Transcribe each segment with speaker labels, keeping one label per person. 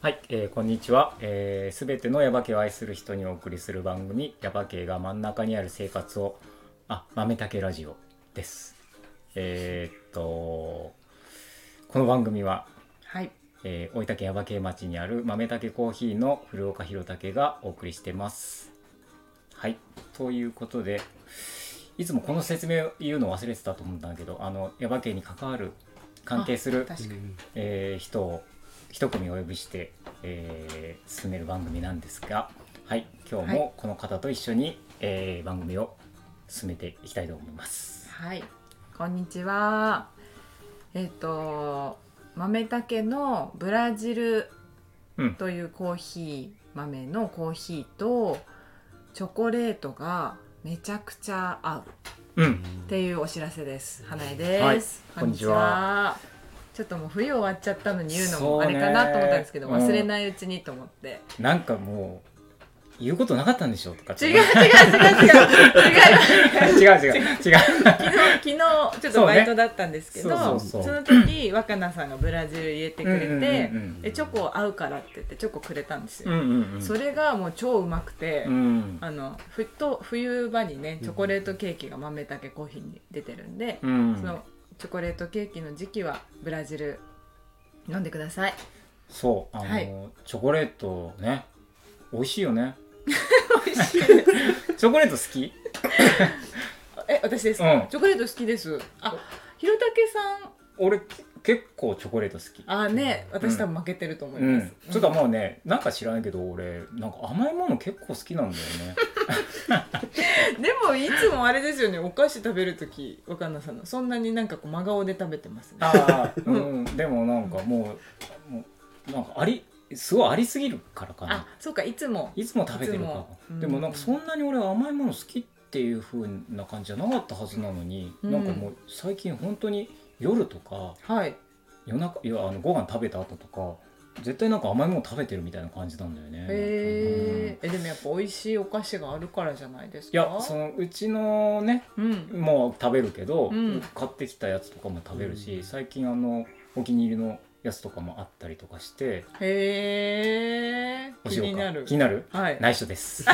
Speaker 1: はい、えーこんにちは。す、え、べ、全てのヤバ系を愛する人にお送りする番組、ヤバ系が真ん中にある生活を、あ、豆たけラジオです。えーっと、この番組は、
Speaker 2: はい。
Speaker 1: えー、大分県ヤバ系町にある豆たけコーヒーの古岡弘武がお送りしてます。はい、ということで、いつもこの説明を言うの忘れてたと思うんだけど、あの、ヤバ系に関わる、関係する
Speaker 2: あ確かに。
Speaker 1: えー人を一組お呼びして、えー進める番組なんですが、はい、今日
Speaker 2: は
Speaker 1: もこの方と一緒に、えー番組を進めていきたいと思います。
Speaker 2: はい。こんにちは。えっ、と豆たけのブラジル
Speaker 1: うん
Speaker 2: というコーヒー豆のコーヒーとチョコレートがめちゃくちゃ合う
Speaker 1: うん、
Speaker 2: っていうお知らせです。花江です、
Speaker 1: はいこんにちは。
Speaker 2: ちょっともう冬終わっちゃったのに言うの
Speaker 1: そう
Speaker 2: もあ
Speaker 1: ね
Speaker 2: れかなと思ったんですけど、
Speaker 1: うん
Speaker 2: 忘れないうちにと思って。
Speaker 1: なんかもう言うことなかったんでしょうとか
Speaker 2: 違う違う違う
Speaker 1: 違う
Speaker 2: 違う違う。
Speaker 1: 違う違う違う。
Speaker 2: 昨日ちょっとバイトだったんですけど
Speaker 1: そう
Speaker 2: そ
Speaker 1: ねそうそうそう
Speaker 2: の時若菜さんがブラジル入れてくれて、
Speaker 1: うんうんうん
Speaker 2: でチョコ合うからって言ってチョコくれたんです
Speaker 1: う
Speaker 2: よ、
Speaker 1: んうんうん。
Speaker 2: それがもう超うまくて、
Speaker 1: うん
Speaker 2: あのふと冬場にねチョコレートケーキが豆たけコーヒーに出てるんで、
Speaker 1: うん
Speaker 2: そのチョコレートケーキの時期はブラジル飲んでく ださい
Speaker 1: そうあの、
Speaker 2: はい
Speaker 1: チョコレートね美味しいよ ね。
Speaker 2: 美味しいです
Speaker 1: チョコレート好き？
Speaker 2: え私ですか、
Speaker 1: うん
Speaker 2: チョコレート好きですあひろたけさん
Speaker 1: 俺結構チョコレート好き。
Speaker 2: あね私多分負けてると思いうます
Speaker 1: ん、、ちょっともうねなんか知らないけど俺なんか甘いもの結構好きなんだよ ね
Speaker 2: でもいつもあれですよねお菓子食べる時若菜さんのそんなになんかこう真顔で食べてますね
Speaker 1: ああうんでもなんかもうもうなんかありすごいありすぎるからか
Speaker 2: あ
Speaker 1: な
Speaker 2: そうかいつも
Speaker 1: いつも食べてるか
Speaker 2: いつ
Speaker 1: ら
Speaker 2: もうん
Speaker 1: でもなんかそんなに俺甘いもの好きっていう風な感じじゃなかったはずなのに、
Speaker 2: うん
Speaker 1: なんかもう最近本当に夜とか
Speaker 2: はい
Speaker 1: 夜中いやあのご飯食べた後とか絶対なんか甘いもの食べてるみたいな感じなんだよね、
Speaker 2: へーえでもやっぱ美味しいお菓子があるからじゃないですか
Speaker 1: うんいやそのうちのね
Speaker 2: うん
Speaker 1: もう食べるけど、
Speaker 2: うん
Speaker 1: 買ってきたやつとかも食べるし、
Speaker 3: うん
Speaker 1: 最近あのお気に入りのやつとかもあったりとかして
Speaker 2: へえ
Speaker 1: お
Speaker 2: 気
Speaker 1: 塩か
Speaker 2: になる
Speaker 1: 気になる
Speaker 2: はい
Speaker 1: 内緒です
Speaker 2: ま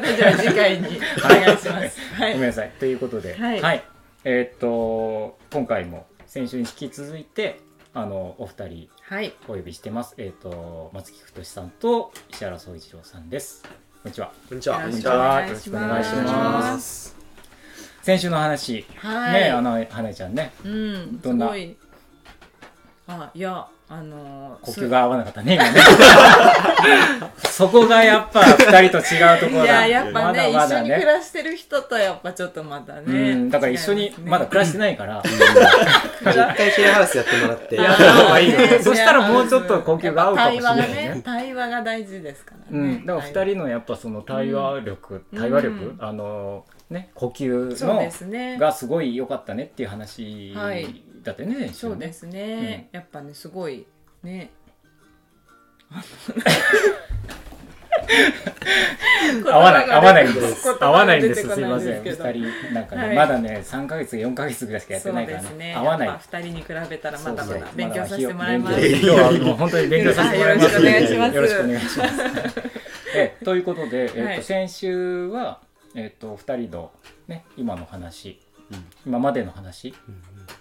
Speaker 2: たじゃあ次 回にお願いしますは
Speaker 1: ごめん
Speaker 2: い
Speaker 1: なさいということで
Speaker 2: はい
Speaker 1: えーっと今回も先週に引き続いてあのお二人
Speaker 2: はい
Speaker 1: お呼びしてますえーっと松木太さんと石原総一郎さんですこんにちは
Speaker 3: こんにちは。。
Speaker 2: よ
Speaker 1: こ
Speaker 2: ろ
Speaker 1: んに
Speaker 2: し
Speaker 1: ち
Speaker 2: く
Speaker 1: は
Speaker 2: お願
Speaker 1: よ
Speaker 2: い
Speaker 1: ろし
Speaker 2: し
Speaker 1: くお願
Speaker 2: ま
Speaker 1: い
Speaker 2: す
Speaker 1: します先週の話、
Speaker 2: はい
Speaker 1: ねあの花江ちゃんね
Speaker 2: うん
Speaker 1: ど
Speaker 2: す
Speaker 1: んな
Speaker 2: ごいあいやあのー
Speaker 1: 呼吸が合わなかったね 今ねそこがやっぱ二人と違うところだ
Speaker 2: いややっ
Speaker 1: ま
Speaker 2: ぱね
Speaker 1: だまだ
Speaker 2: 一緒に暮らしてる人とやっぱちょっとまたね、
Speaker 1: うん、だから一緒
Speaker 2: 違い
Speaker 1: に
Speaker 2: すね
Speaker 1: まだ暮らしてない から、
Speaker 3: 一回シェアハウスやってもらって。
Speaker 2: あー
Speaker 1: やった方がいいよ
Speaker 2: ね
Speaker 1: そしたらもうちょっと呼吸が合うかもしれないね
Speaker 2: やっぱ対話がね対話が大事ですからね、
Speaker 1: うん、だから
Speaker 2: はい
Speaker 1: 二人のやっぱその対話力、
Speaker 2: うん
Speaker 1: 対話力、
Speaker 2: うん
Speaker 1: あのね呼
Speaker 2: そうで
Speaker 1: 吸
Speaker 2: すね
Speaker 1: のがすごい良かったねっていう話
Speaker 2: はい
Speaker 1: だってね、
Speaker 2: そうですすね、やっぱねすごい ね
Speaker 1: 合わない合わないんです
Speaker 2: 言
Speaker 1: 合
Speaker 2: 葉が
Speaker 1: わないんです
Speaker 2: 言
Speaker 1: すい
Speaker 2: 葉
Speaker 1: ま
Speaker 2: が
Speaker 1: せ
Speaker 2: 出
Speaker 1: ん
Speaker 2: て
Speaker 1: 二
Speaker 2: こないですけど
Speaker 1: 人なんかね、
Speaker 2: はい
Speaker 1: まだね三ヶ月四ヶ月ぐらいしかやってないからね
Speaker 2: そうですね
Speaker 1: 合わない
Speaker 2: やっぱ二人に比べたらまだ
Speaker 1: そ
Speaker 2: ま
Speaker 1: うそう
Speaker 2: だ勉強させてもらいます
Speaker 1: だだ勉強今日はもう本当に勉強させてもらいます。
Speaker 3: はいよろしくお願いします
Speaker 1: よろしくお願いします。えということで、えっ
Speaker 2: は
Speaker 1: と
Speaker 2: い
Speaker 1: 先週はえっと二人のね今の話、
Speaker 3: うん
Speaker 1: 今までの話、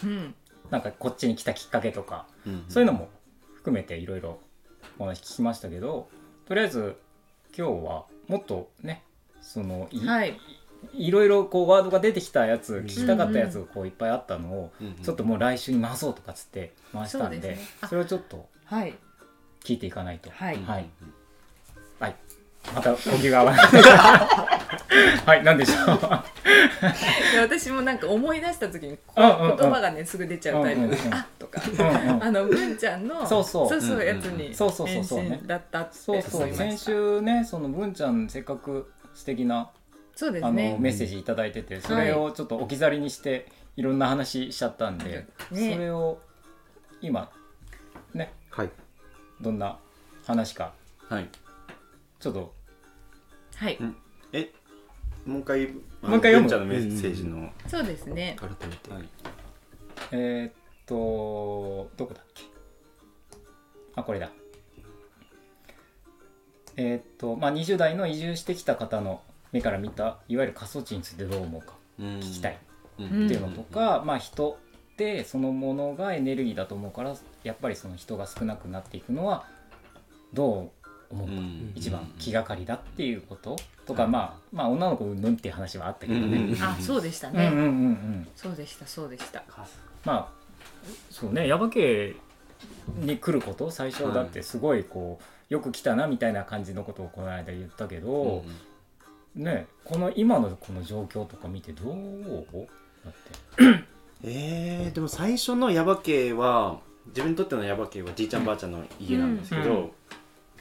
Speaker 2: うん
Speaker 1: なんかこっちに来たきっかけとか、
Speaker 3: うん
Speaker 1: そういうのも含めていろいろお話聞きましたけど、とりあえず今日はもっとねそのい,、、
Speaker 2: はいい
Speaker 1: ろいろこうワードが出てきたやつ聞きたかったやつがこういっぱいあったのを、
Speaker 3: うん
Speaker 1: ちょっともう来週に回そうとかっつって回したんで
Speaker 2: そうですねあ
Speaker 1: それをちょっと
Speaker 2: はい
Speaker 1: 聞いていかないと
Speaker 2: はい
Speaker 1: はい、はいまた呼吸が合わないはいなんでしょう
Speaker 2: いや私もなんか思い出した時にこう
Speaker 1: うん
Speaker 2: 言
Speaker 1: うんうん
Speaker 2: 葉がねすぐ出ちゃうタイプ
Speaker 1: うんうんうん
Speaker 2: あとか
Speaker 1: うん、う
Speaker 2: あの文ちゃんの
Speaker 1: そうそう
Speaker 2: そう
Speaker 3: うんうん
Speaker 2: やつに
Speaker 1: そうそうそうそう
Speaker 2: 返信だったって
Speaker 1: ん、そうそ
Speaker 2: 思いうました
Speaker 1: 先週ねその文ちゃんせっかく素敵な
Speaker 2: そうで
Speaker 1: あ
Speaker 2: す
Speaker 1: の、
Speaker 2: ね
Speaker 1: メッセージ頂いただいててそれをちょっと置き去りにしていろんな話しちゃったんで、
Speaker 2: ね
Speaker 1: それを今ね
Speaker 3: はい。
Speaker 1: どんな話か
Speaker 3: はい。
Speaker 1: ちょっと
Speaker 2: はい
Speaker 4: えもう一
Speaker 1: も
Speaker 4: 回
Speaker 1: う一回読む
Speaker 4: 文ちゃんのメッセージの、
Speaker 2: そうですね
Speaker 3: 改めて。
Speaker 4: はい
Speaker 1: えーっとどこだっけあこれだえーっとまあ、20代の移住してきた方の目から見たいわゆる過疎地についてどう思うか聞
Speaker 4: 聞
Speaker 1: きたい
Speaker 4: うん
Speaker 2: うん
Speaker 1: っていうのとか、まあ、人ってそのものがエネルギーだと思うからやっぱりその人が少なくなっていくのはどう思うか、
Speaker 4: うん
Speaker 1: 一番気がかりだっていうこととか、
Speaker 4: うん
Speaker 1: まあ、まあ女の子うんぬんっていう話はあったけどね。
Speaker 4: うん
Speaker 2: あそうでした
Speaker 1: うんうんう
Speaker 2: ね、
Speaker 1: んうん、
Speaker 2: そうでしたそうでした
Speaker 1: まあそうね耶馬渓に来ること最初だってすごいこう、よく来たなみたいな感じのことをこの間言ったけど、ねこの今のこの状況とか見てどうだって
Speaker 4: えー、でも最初のヤバ系は自分にとってのヤバ系はじいちゃんばあちゃんの家なんですけど、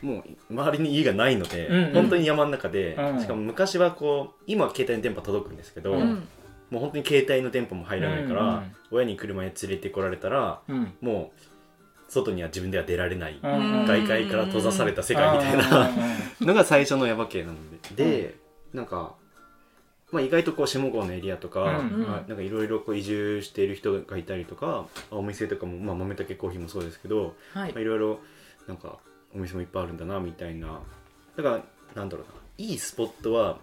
Speaker 4: もう周りに家がないので、
Speaker 1: うんうん
Speaker 4: 本当に山の中で、
Speaker 1: うん
Speaker 4: しかも昔はこう今は携帯の電波届くんですけど、
Speaker 1: うん
Speaker 2: うん
Speaker 4: もう本当に携帯の電波も入らないから、
Speaker 1: うんうん
Speaker 4: 親に車に連れてこられたら
Speaker 1: うん
Speaker 4: もう外には自分では出られない、
Speaker 2: うん
Speaker 4: 外界から閉ざされた世界みたいな、のが最初のヤバ系なのでで、なんか、まあ、意外とこう下郷のエリアとか、
Speaker 1: うん
Speaker 2: うん
Speaker 4: まあなんかいろいろこう移住している人がいたりとかあお店とかも、まあ、豆たけコーヒーもそうですけど
Speaker 2: はい
Speaker 4: まあいろいろなんかお店もいっぱいあるんだなみたいなだからなんだろうないいスポットは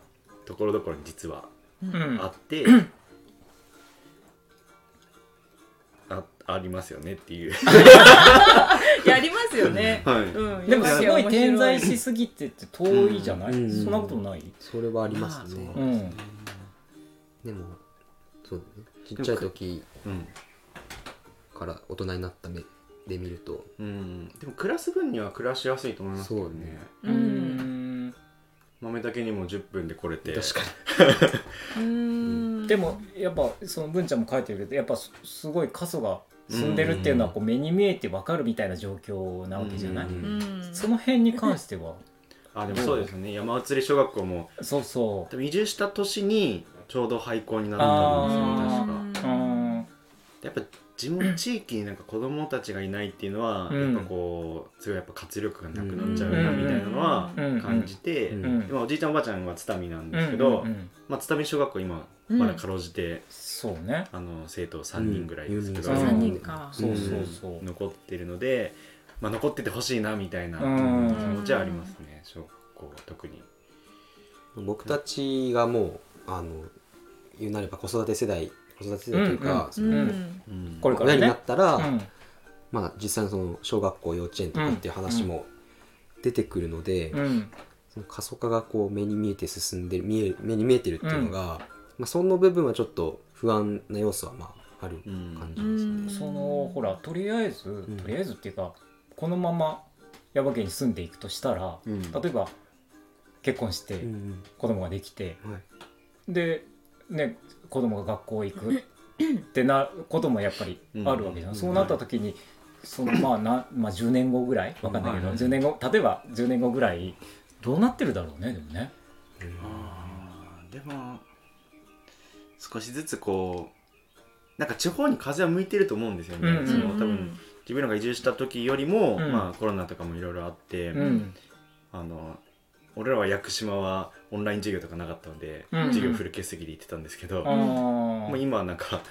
Speaker 4: ところどころに実は
Speaker 2: うん
Speaker 1: うんうん
Speaker 4: あって、あありますよねっていう
Speaker 2: やりますよね、
Speaker 4: はい、
Speaker 2: うん、
Speaker 1: でも
Speaker 2: やっぱ
Speaker 1: す
Speaker 2: り
Speaker 1: ごい
Speaker 2: 面白
Speaker 1: 点在しすぎてって遠いじゃない、
Speaker 3: うん
Speaker 1: そんなことない、
Speaker 3: それはありますね、
Speaker 1: う、
Speaker 4: うん
Speaker 3: でもそうだねちっちゃい時
Speaker 4: うん
Speaker 3: から大人になった目で見ると
Speaker 4: うん、でも暮らす分には暮らしやすいと思いますけど
Speaker 3: そうね
Speaker 2: う
Speaker 1: うんん
Speaker 4: 豆だけにも10分で来れて
Speaker 3: 確か
Speaker 2: うん
Speaker 1: でもやっぱその文ちゃんも書いてるけどやっぱすすごい過疎が進んでるっていうのはこう目に見えてわかるみたいな状況なわけじゃない、
Speaker 4: うん
Speaker 2: うん
Speaker 1: その辺に関しては
Speaker 4: あでもそうですね山移り小学校も
Speaker 1: そうそ
Speaker 4: 多分移住した年にちょうど廃校になったんで
Speaker 2: うん
Speaker 4: すよ確か
Speaker 1: ううん
Speaker 4: やっぱ地元地域になんか子供たちがいないっていうのは、
Speaker 1: うん
Speaker 4: やっぱこうすごいやっぱ活力がなくなっちゃうなみたいなのは
Speaker 1: うん
Speaker 4: 感じて、
Speaker 3: うん
Speaker 1: うん
Speaker 4: 今おじいちゃんおばあちゃんは津民なんですけど、
Speaker 1: うんうんうん
Speaker 4: まあ、津民小学校今まだかろうじて、
Speaker 1: そうね
Speaker 4: あの生徒3人ぐらいですけど、
Speaker 1: うん
Speaker 2: 3人か
Speaker 1: そうそうそう、
Speaker 4: 残ってるので、まあ、残っててほしいなみたいな気
Speaker 1: うん
Speaker 4: 持ちはありますね小学校は特に。
Speaker 3: 僕たちがもうあの言うなれば子育て世代子育て世代というか、その
Speaker 2: うん
Speaker 4: うん
Speaker 1: これから
Speaker 3: 親
Speaker 1: ね
Speaker 3: になったら、
Speaker 1: うん
Speaker 3: まあ、実際のその小学校幼稚園とかっていう話も出てくるので、
Speaker 1: うん
Speaker 3: その過疎化がこう目に見えて進んでる見える目に見えてるっていうのが、まあ、その部分はちょっと不安な要素はまあある
Speaker 4: うん
Speaker 3: 感
Speaker 2: う
Speaker 3: じですね。
Speaker 2: ん
Speaker 1: そのほらとりあえず、
Speaker 3: ん
Speaker 1: とりあえずっていうかこのまま耶馬渓に住んでいくとしたら、
Speaker 4: うん
Speaker 1: 例えば結婚して
Speaker 3: うん
Speaker 1: 子供ができて、
Speaker 3: うんはい
Speaker 1: で、ね、子供が学校行くってなこともやっぱりあるわけじゃん、
Speaker 3: うん
Speaker 1: そうなった時にそのまあな、まあ、10年後ぐらいわかんないけど、
Speaker 4: はい
Speaker 1: 10年後例えば10年後ぐらいどうなってるだろうねでもね。
Speaker 4: あーでも少しずつこうなんか地方に風は向いてると思うんですよね、
Speaker 1: うん
Speaker 4: その
Speaker 2: うん
Speaker 4: 多分自分らが移住した時よりも、
Speaker 1: うん
Speaker 4: まあ、コロナとかもいろいろあって、
Speaker 1: うん
Speaker 4: あの俺らは屋久島はオンライン授業とかなかったので、
Speaker 1: うん
Speaker 4: 授業フル欠席で行ってたんですけど、
Speaker 1: あー
Speaker 4: もう今はなんか、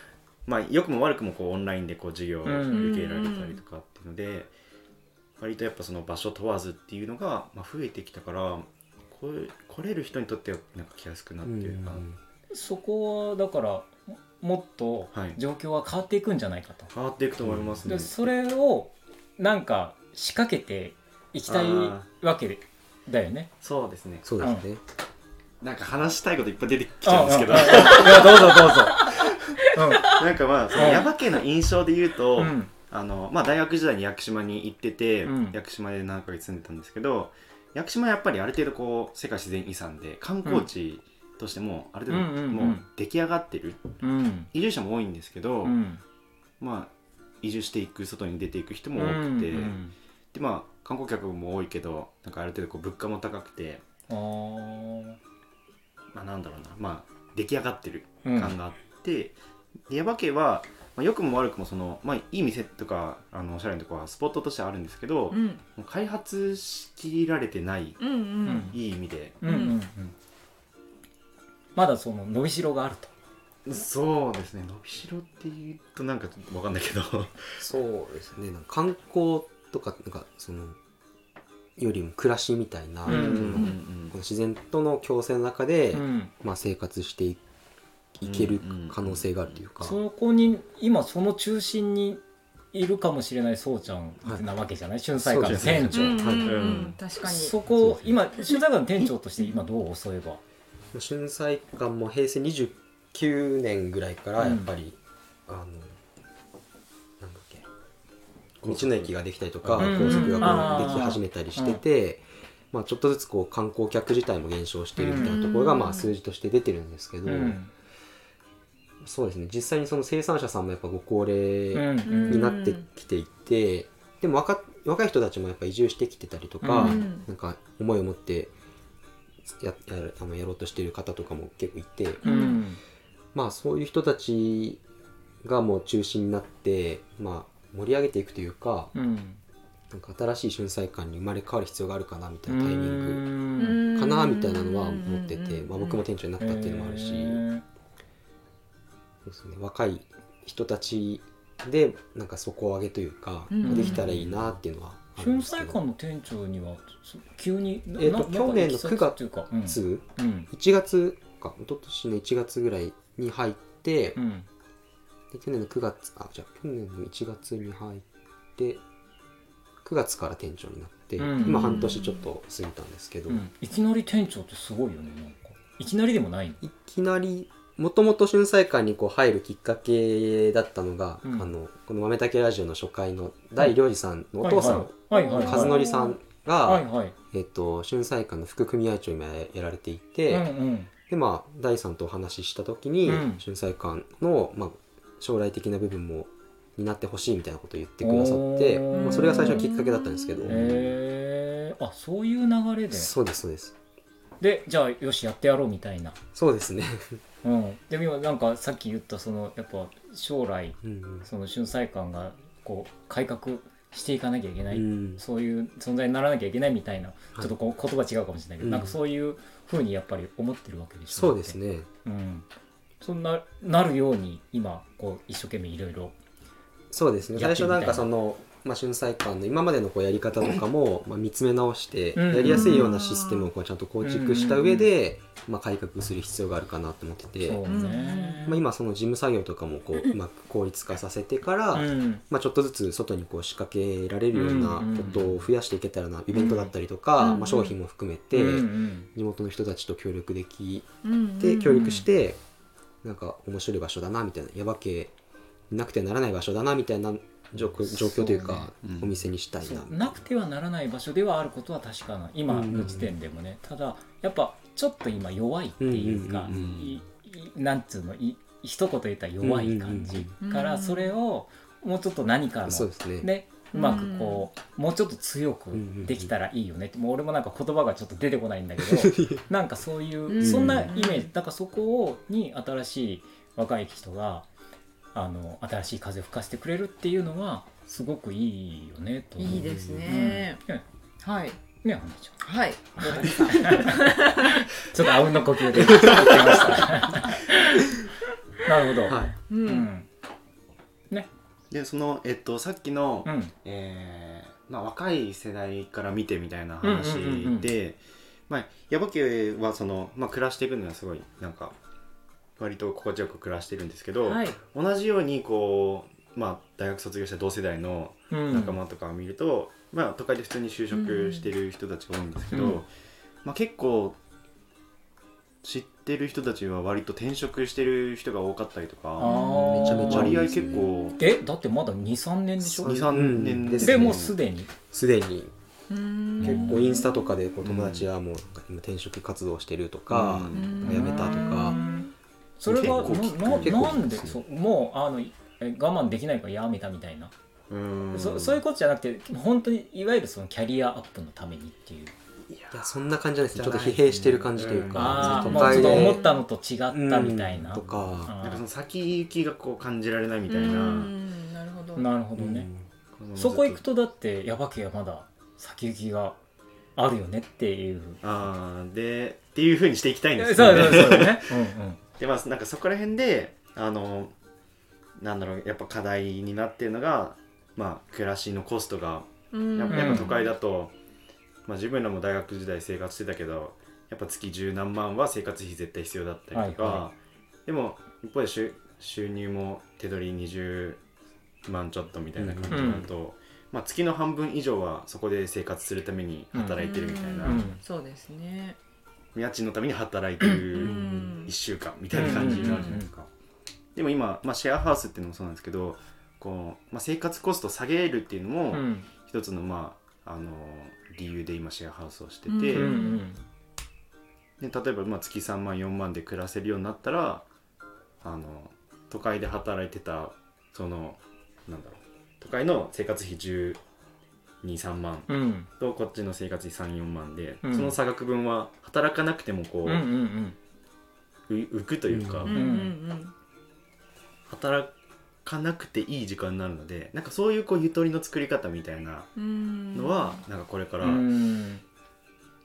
Speaker 4: まあ、良くも悪くもこうオンラインでこう授業を
Speaker 1: うん
Speaker 4: 受けられたりとかっていうので、割とやっぱその場所問わずっていうのが、まあ、増えてきたからこう来れる人にとってはなんか来やすくなってるかな、
Speaker 1: そこはだからもっと
Speaker 4: はい
Speaker 1: 状況は変わっていくんじゃないかと。
Speaker 4: 変わっていくと思いますね、
Speaker 1: でそれをなんか仕掛けていきたいわけだよね。
Speaker 4: そうですね
Speaker 3: そうですね。
Speaker 4: なんか話したいこといっぱい出てきちゃうんですけど
Speaker 1: あああいやどうぞどうぞ。
Speaker 4: なんかまあその
Speaker 1: うん
Speaker 4: 耶馬渓の印象で言うと、
Speaker 1: うんうん
Speaker 4: あのまあ、大学時代に屋久島に行ってて、
Speaker 1: うん
Speaker 4: 屋久島で何ヶ月住んでたんですけど屋久島はやっぱりある程度こう世界自然遺産で観光地としてもある程度
Speaker 1: うんうんうん
Speaker 4: もう出来上がってる、
Speaker 1: うん
Speaker 4: 移住者も多いんですけど、
Speaker 1: うん
Speaker 4: まあ移住していく外に出ていく人も
Speaker 1: う
Speaker 4: 多くて、
Speaker 1: ん
Speaker 4: でまあ観光客も多いけどなんかある程度こう物価も高くて、
Speaker 1: あー
Speaker 4: まあ、なんだろうなまあ出来上がってる
Speaker 1: うん
Speaker 4: 感があって、で耶馬渓は、まあ、良くも悪くもその、まあ、いい店とかあのおしゃれなとこはスポットとしてあるんですけど、
Speaker 2: うん
Speaker 4: もう開発しきられてない
Speaker 2: うんうん
Speaker 4: いい意味で
Speaker 1: うんうんうんまだその伸びしろがあると。
Speaker 4: そうですね伸びしろっていうとなんかわかんないけど
Speaker 3: そうですね。なんか観光とかなんかそのよりも暮らしみたいな、
Speaker 1: うん
Speaker 4: うん
Speaker 3: この自然との共生の中で、
Speaker 1: うん、
Speaker 3: まあ、生活していいける可能性があるというか、
Speaker 1: そこに今その中心にいるかもしれないそうちゃんなわけじゃない春菜館の店
Speaker 2: うん
Speaker 1: 長
Speaker 2: うんうん
Speaker 4: う
Speaker 2: うん
Speaker 4: ん
Speaker 2: 確かに
Speaker 1: そこ今春菜館の店長として今どうそういえば
Speaker 3: 春菜館も平成29年ぐらいからやっぱり、あのなんだっけ道の駅ができたりとか
Speaker 4: うん
Speaker 3: 高速
Speaker 2: うん
Speaker 3: ができ始めたりしてて、まあ、ちょっとずつこう観光客自体も減少しているみたいなところが
Speaker 2: うん
Speaker 3: まあ数字として出てるんですけど、
Speaker 1: うん
Speaker 3: そうですね実際にその生産者さんもやっぱご高齢
Speaker 1: うん
Speaker 3: になってきていて、でも若若い人たちもやっぱ移住してきてたりとか、
Speaker 2: うん
Speaker 3: なんか思いを持ってややるあのやろうとしている方とかも結構いて。
Speaker 1: うん
Speaker 3: まあそういう人たちがもう中心になって、まあ、盛り上げていくというか
Speaker 1: うん
Speaker 3: なんか新しい春菜館に生まれ変わる必要があるかなみたいなタイミン
Speaker 1: ン
Speaker 2: うん
Speaker 3: グかなみたいなのは思ってて、まあ、僕も
Speaker 2: うん
Speaker 3: 店長になったっていうのもあるし、そうですね、若い人たちでなんか底上げというか、
Speaker 2: うん
Speaker 3: できたらいいなっていうのはある
Speaker 1: 春
Speaker 3: んですけ
Speaker 1: 菜
Speaker 3: ど
Speaker 1: 館の店長にはそ急にな
Speaker 3: えーと
Speaker 1: ななんか
Speaker 3: 去年の
Speaker 1: いきさつっていうかうん
Speaker 3: いつ
Speaker 1: うん
Speaker 3: 1月か一昨年の1月ぐらいに入って、
Speaker 1: うん
Speaker 3: で去年の9月あじゃあ去年の1月に入って9月から店長になって、
Speaker 1: うん
Speaker 3: 今半年ちょっと過ぎたんですけど、
Speaker 1: うんいきなり店長ってすごいよねなんかいきなりでもないの
Speaker 3: いきなりもともと春菜館にこう入るきっかけだったのが、
Speaker 1: うん
Speaker 3: あのこの「豆竹ラジオ」の初回の大良二さんのお父さん、
Speaker 1: はいはいはい
Speaker 3: 和
Speaker 1: は
Speaker 3: 則さんが、
Speaker 1: いはい
Speaker 3: えっと春菜館の副組合長を今やられていて、
Speaker 1: うん
Speaker 3: でまあ大さんとお話しした時に、
Speaker 1: うん
Speaker 3: 春菜館の、まあ、将来的な部分も担ってほしいみたいなことを言ってくださって、
Speaker 1: おー
Speaker 3: まあ、それが最初のきっかけだったんですけど、
Speaker 1: うんへえあそういう流れで
Speaker 3: そうですそうです
Speaker 1: でじゃあよしやってやろうみたいな
Speaker 3: そうですね、
Speaker 1: うんでも今なんかさっき言ったそのやっぱ将来
Speaker 3: うん
Speaker 1: その春菜館がこう改革していかなきゃいけ
Speaker 3: う
Speaker 1: ない、
Speaker 3: ん、
Speaker 1: そういう存在にならなきゃいけないみたいな、ちょっとこう言葉違うかもしれないけど、
Speaker 3: うん
Speaker 1: なんかそういうふうにやっぱり思ってるわけでしょ
Speaker 3: そうです、ね
Speaker 1: うん、そんななるように今こう一生懸命いろいろ
Speaker 3: そうですね
Speaker 1: や
Speaker 3: 最
Speaker 1: ってみた
Speaker 3: 初
Speaker 1: いな
Speaker 3: なんかその、まあ、春菜館の今までのこうやり方とかも、まあ、見つめ直して
Speaker 1: うん
Speaker 3: やりやすいようなシステムをこうちゃんと構築した上で、まあ、改革する必要があるかなと思ってて、
Speaker 1: そうね、
Speaker 3: まあ、今その事務作業とかもこううまく効率化させてから、
Speaker 1: うん
Speaker 3: まあ、ちょっとずつ外にこう仕掛けられるようなことを増やしていけたらな、イベントだったりとか、
Speaker 2: うん
Speaker 3: まあ、商品も含めて、
Speaker 1: うんうん
Speaker 3: 地元の人たちと協力でき
Speaker 2: うん
Speaker 3: て、
Speaker 2: うん
Speaker 3: 協力してなんか面白い場所だなみたいなやばけなくてならない場所だなみたいな状況状況というか
Speaker 4: そうねうん
Speaker 3: お店にしたい
Speaker 1: そう
Speaker 3: な。
Speaker 1: なくてはならない場所ではあることは確かな今
Speaker 3: うんうんう
Speaker 1: の
Speaker 3: ん
Speaker 1: 時点でもね、ただやっぱちょっと今弱いっていうか、
Speaker 3: うん
Speaker 4: うんうん
Speaker 1: いいなんつうのい一言で言ったら弱い感じか
Speaker 2: うんうんう
Speaker 1: ら
Speaker 2: ん
Speaker 1: それをもうちょっと何かの
Speaker 3: そうですね
Speaker 1: ね、うまくこうもうちょっと強くできたらいいよねってもう俺もなんか言葉がちょっと出てこないんだけど なんかそうい
Speaker 2: うん
Speaker 1: うそんなイメージだからそこをに新しい若い人があの新しい風を吹かせてくれるっていうのはすごくいいよねと思う
Speaker 2: いいですね、
Speaker 1: うんね
Speaker 2: はい
Speaker 1: ね花ち
Speaker 2: はい
Speaker 1: ゃんちょっとあうんの呼吸で言って みましたなるほど、
Speaker 3: はい、
Speaker 2: う
Speaker 1: うんん
Speaker 4: でそのえっとさっきの、
Speaker 1: うん
Speaker 4: えーまあ、若い世代から見てみたいな話で、
Speaker 1: うんうんうん
Speaker 4: まあ、矢場家はその、まあ、暮らしていくのはすごいなんか割と心地よく暮らしてるんですけど、
Speaker 2: はい
Speaker 4: 同じようにこう、まあ、大学卒業した同世代の
Speaker 1: うん
Speaker 4: 仲間とかを見ると、まあ、都会で普通に就職してる人たちが多いんですけど、
Speaker 1: うん
Speaker 4: まあ、結構知ってる人たちは割と転職してる人が多かったりと
Speaker 1: あ
Speaker 4: か
Speaker 1: ー
Speaker 3: めちゃめちゃ多
Speaker 4: 割
Speaker 3: い
Speaker 4: 合結構
Speaker 1: えだってまだ23年でしょ
Speaker 3: そう
Speaker 4: 23年
Speaker 3: うん
Speaker 4: で、
Speaker 3: です
Speaker 1: でもうすでに
Speaker 3: すでに
Speaker 2: うん
Speaker 3: 結構インスタとかでこう友達はもうなんか今転職活動してるとか、
Speaker 2: うん
Speaker 3: やめたとか
Speaker 1: それは
Speaker 4: 結構聞く
Speaker 1: なな
Speaker 4: 結
Speaker 3: 構聞く
Speaker 1: なんでそうもうあのえ我慢できないからやめたみたいな、
Speaker 4: うん
Speaker 1: そそういうことじゃなくて本当にいわゆるそのキャリアアップのためにっていう
Speaker 3: いやそんな感じじゃないですねちょっと疲弊してる感じという
Speaker 1: あ
Speaker 3: か、
Speaker 1: あ
Speaker 3: その
Speaker 1: もうちょっと思ったのと違ったみたいな、
Speaker 3: うんとか、
Speaker 4: なんかそ
Speaker 1: あ
Speaker 4: の先行きがこう感じられないみたい
Speaker 2: うん
Speaker 4: な
Speaker 2: なるほど
Speaker 1: ーなるほど
Speaker 3: うん
Speaker 1: ね、そこ行くとだってヤバ系はまだ先行きがあるよねっていう
Speaker 4: ああでっていうふうにしていきたいん
Speaker 1: そ
Speaker 4: で
Speaker 1: う
Speaker 4: すよ
Speaker 1: そう
Speaker 4: ね
Speaker 1: そうだねうんうん
Speaker 4: でまあなんかそこら辺であのなんだろうやっぱ課題になってるのがまあ暮らしのコストが
Speaker 2: うん
Speaker 4: やっぱやっぱ都会だと、まあ、自分らも大学時代生活してたけどやっぱ月十何万は生活費絶対必要だったりとか、
Speaker 1: はいは
Speaker 4: でも一方で収収入も手取り20万ちょっとみたいな感じになると、まあ、月の半分以上はそこで生活するために働いてるみたいな、
Speaker 1: うん
Speaker 2: そうですね
Speaker 4: 家賃のために働いて
Speaker 2: う
Speaker 4: る
Speaker 2: ん
Speaker 4: 1週間みたいな感じになるじゃないですか、でも今、まあ、シェアハウスっていうのもそうなんですけどこう、まあ、生活コスト下げるっていうのも、
Speaker 1: うん
Speaker 4: 一つのまああの理由で今シェアハウスをして
Speaker 1: う
Speaker 4: て、
Speaker 1: んうん
Speaker 4: で例えばまあ月3万4万で暮らせるようになったらあの都会で働いてたそのなんだろう都会の生活費123万
Speaker 1: うん
Speaker 4: とこっちの生活費34万で、
Speaker 1: うん
Speaker 4: その差額分は働かなくてもこう、
Speaker 1: うんうん
Speaker 4: う浮くというか、
Speaker 2: うんうん
Speaker 4: 働かなくていい時間になるのでなんかそういうこうゆとりの作り方みたいな
Speaker 2: うん
Speaker 4: のは、なんかこれか
Speaker 1: う
Speaker 4: ら
Speaker 1: ん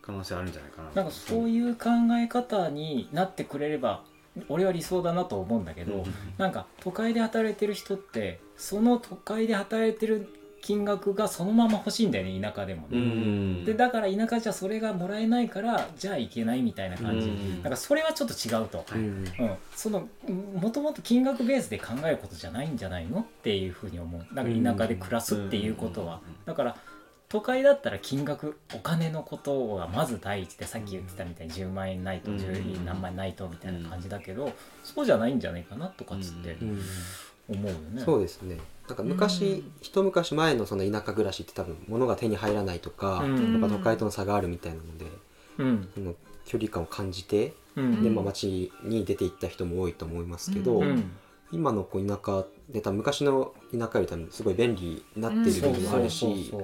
Speaker 4: 可能性あるんじゃないかな
Speaker 1: なんかそういう考え方になってくれれば俺は理想だなと思うんだけど、なんか都会で働いてる人ってその都会で働いてる金額がそのまま欲しいんだよね田舎でも
Speaker 4: う
Speaker 1: ね、
Speaker 4: ん
Speaker 1: でだから田舎じゃそれがもらえないからじゃあいけないみたいな感じ、
Speaker 4: うん
Speaker 1: なんかそれはちょっと違うと、
Speaker 3: うん
Speaker 1: うん、そのもともと金額ベースで考えることじゃないんじゃないのっていうふうに思うなんか田舎で暮らすっていうことは、
Speaker 4: うん
Speaker 1: だから都会だったら金額お金のことがまず第一でさっき言ってたみたいに10万円ないと
Speaker 4: うん
Speaker 1: 10何万円ないとみたいな感じだけど、そうじゃないんじゃないかなとかっつって
Speaker 3: うん
Speaker 1: 思うよね。
Speaker 3: そうですねなんか昔、
Speaker 2: うん
Speaker 3: 一昔前のその田舎暮らしって多分物が手に入らないとか、
Speaker 1: うん
Speaker 3: やっぱ都会との差があるみたいなので
Speaker 1: うん
Speaker 3: その距離感を感じて、
Speaker 1: うん
Speaker 3: で
Speaker 2: も
Speaker 3: まあ、街に出て行った人も多いと思いますけ
Speaker 2: う
Speaker 3: ど、
Speaker 1: うん
Speaker 3: 今のこう田舎で多分昔の田舎より多分すごい便利になっている部分もあるし、
Speaker 1: そう